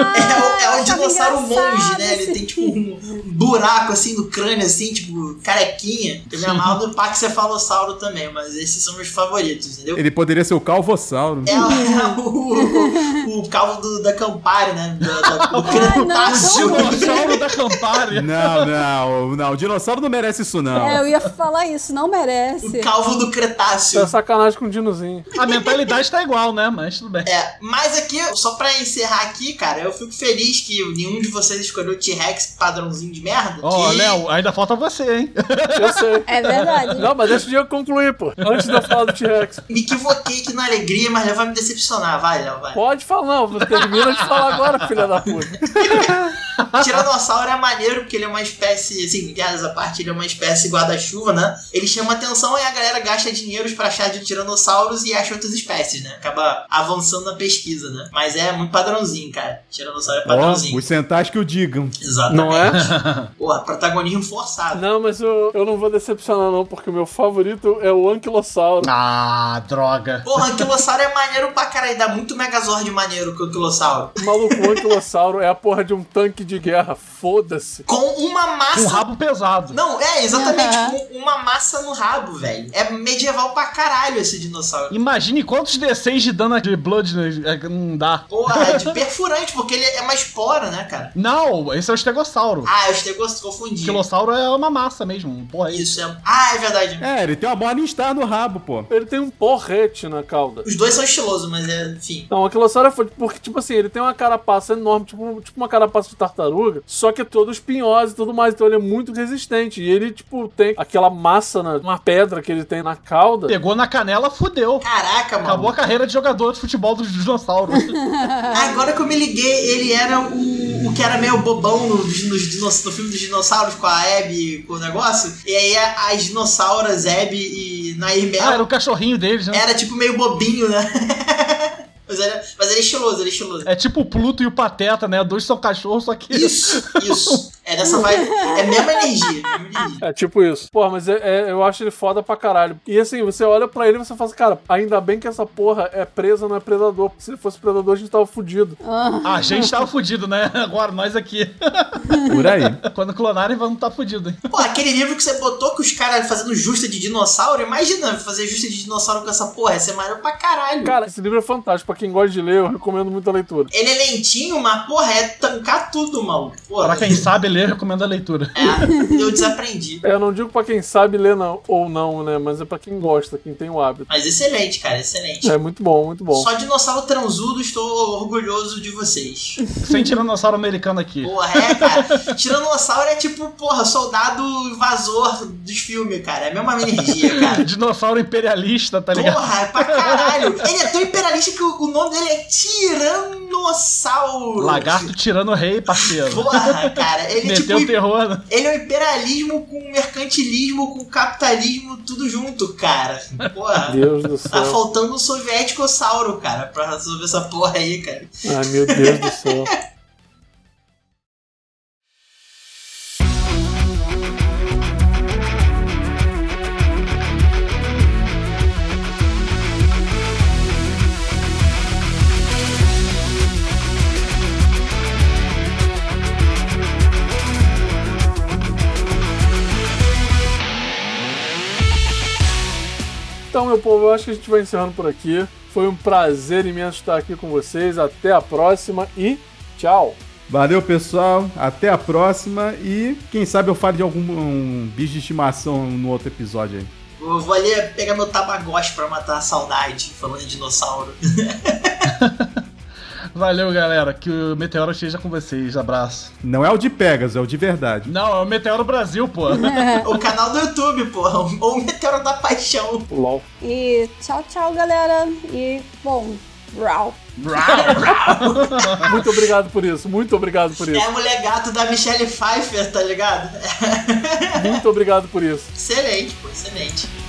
S3: É, o- é
S5: Ah,
S3: o
S5: eu achava
S3: dinossauro
S5: engraçado
S3: monge, né? Ele
S5: esse
S3: tem tipo um buraco assim no crânio, assim, tipo, carequinha. Eu me amarro no Paxefalossauro também, mas esses são meus favoritos, entendeu?
S2: Ele poderia ser o Calvossauro.
S4: Uhum.
S3: É, o- o, o calvo do, da Campari, né? Da, da, do crânio
S5: Ah, não,
S3: tácil.
S5: não.
S4: Dinossauro da tá Campari.
S2: Não, não, não. O dinossauro não merece isso, não.
S5: É, eu ia falar isso, não merece.
S3: O calvo do
S1: É
S3: Cretáceo.
S1: sacanagem com o dinozinho.
S4: A mentalidade tá igual, né? Mas tudo bem.
S3: É, mas aqui, só pra encerrar aqui, cara, eu fico feliz que nenhum de vocês escolheu o T-Rex padrãozinho de merda.
S4: Ó,
S3: É que-
S4: Léo, ainda falta você, hein?
S1: Eu sei.
S5: É verdade.
S1: Não, mas deixa o Diego concluir, pô. Antes de eu falar do T-Rex.
S3: Me equivoquei aqui na alegria, mas Léo vai me decepcionar. Vai, Léo, vai.
S1: Pode falar, não. Termina de falar agora, filha da puta.
S3: Tiranossauro é maneiro porque ele é uma espécie, assim, piadas à parte, ele é uma espécie guarda-chuva, né? Ele chama atenção e a galera gasta dinheiros pra achar de tiranossauros e acha outras espécies, né? Acaba avançando na pesquisa, né? Mas é muito padrãozinho, cara. Tiranossauro é
S2: Ó,
S3: padrãozinho.
S2: os centais que o digam.
S3: Exatamente.
S1: Não é?
S3: Porra, protagonismo forçado.
S1: Não, mas eu, eu não vou decepcionar, não, porque o meu favorito é o Anquilossauro.
S4: Ah, droga.
S3: Porra, Anquilossauro é maneiro pra caralho. Dá muito Megazord maneiro que o Anquilossauro.
S1: Maluco, o Anquilossauro é a porra de um tanque de guerra. Foda-se.
S3: Com uma
S4: Com
S3: massa.
S4: rabo pesado.
S3: Não, é, exatamente.
S5: Aham.
S3: Com uma massa no rabo, velho. É medieval pra caralho esse dinossauro.
S4: Imagine quantos D6 de dano aquele Blood né, é que não dá.
S3: Porra, é de perfurante, porque ele é uma espora, né, cara?
S4: Não, esse é o estegossauro.
S3: Ah, eu estou confundindo.
S4: Esquilossauro é uma massa mesmo. Porra, é isso.
S3: Isso, é... Ah, é verdade.
S2: É, ele tem uma bola instar no rabo, pô.
S1: Ele tem um porrete na cauda.
S3: Os dois são estilosos, mas é, enfim.
S1: Não, o Anquilossauro é foda, porque, tipo assim, ele tem uma carapaça enorme, tipo, tipo uma carapaça de tartaruga, só que é todo espinhosa e tudo mais, então ele é muito resistente. E ele, tipo, tem aquela massa, na, uma pedra que ele tem na cauda.
S4: Pegou na canela, fudeu.
S3: Caraca, mano.
S4: Acabou a carreira de jogador de futebol dos dinossauros.
S3: Ah, Agora que eu me liguei, ele era o, o que era meio bobão no, nos dinoss- no filme dos dinossauros com a Abby e com o negócio. E aí a- as dinossauras, Abby e Nair Mel,
S4: ah, era o cachorrinho deles, né?
S3: era tipo meio bobinho, né? mas, era, mas ele é estiloso, ele é estiloso.
S4: É tipo o Pluto e o Pateta, né? Dois são cachorros, só que.
S3: Isso, isso. É dessa vibe. É a mesma energia. a mesma energia.
S1: É tipo isso. Porra, mas é- é- eu acho ele foda pra caralho. E assim, você olha pra ele e você fala assim, cara, ainda bem que essa porra é presa, não é predador. Porque se ele fosse predador, a gente tava fudido.
S4: A gente tava fudido, né? Agora nós aqui.
S2: Por aí.
S4: Quando clonarem, vamos tá fudido. hein?
S3: Pô, aquele livro que você botou que os caras fazendo justa de dinossauro, imagina fazer justa de dinossauro com essa porra, ia ser maneiro pra caralho.
S1: Cara, esse livro é fantástico. Pra quem gosta de ler, eu recomendo muito a leitura.
S3: Ele é lentinho, mas porra, é tancar tudo, maluco. é Porra.
S4: Pra quem sabe ler, recomendo a leitura.
S3: É, eu desaprendi.
S1: É, eu não digo pra quem sabe ler não, ou não, né? Mas é pra quem gosta, quem tem o hábito.
S3: Mas excelente, cara, excelente.
S1: É muito bom, muito bom.
S3: Só dinossauro transudo, estou orgulhoso de vocês.
S4: Sem tiranossauro americano aqui.
S3: Porra, é, cara. Tiranossauro é tipo, porra, soldado invasor dos filmes, cara. É a mesma energia, cara.
S4: Dinossauro imperialista, tá ligado?
S3: Porra, é pra caralho. Ele é tão imperialista que o o nome dele é Tiranossauro.
S4: Lagarto tirando o rei, parceiro.
S3: Porra, cara. Ele é
S4: Meteu
S3: tipo.
S4: o terror, né?
S3: Ele é o imperialismo com o mercantilismo, com o capitalismo, tudo junto, cara. Porra.
S1: Deus do
S3: Tá
S1: céu.
S3: faltando um soviético-sauro, cara, pra resolver essa porra aí, cara.
S1: Ai, meu Deus do céu. Então, meu povo, eu acho que a gente vai encerrando por aqui. Foi um prazer imenso estar aqui com vocês. Até a próxima e tchau.
S2: Valeu, pessoal. Até a próxima. E quem sabe eu falo de algum um bicho de estimação no outro episódio aí.
S3: Eu vou ali pegar meu tabagos pra matar a saudade, falando de dinossauro.
S4: Valeu, galera. Que o Meteoro esteja com vocês. Abraço.
S2: Não é o de Pegasus, é o de verdade.
S4: Não, é o Meteoro Brasil, pô.
S3: o canal do YouTube, porra. Ou o Meteoro da Paixão.
S1: LOL.
S5: E tchau, tchau, galera. E, bom, brau.
S1: Muito obrigado por isso. Muito obrigado por
S3: É
S1: isso.
S3: a mulher gato da Michelle Pfeiffer, tá ligado?
S1: Muito obrigado por isso.
S3: Excelente, pô, excelente.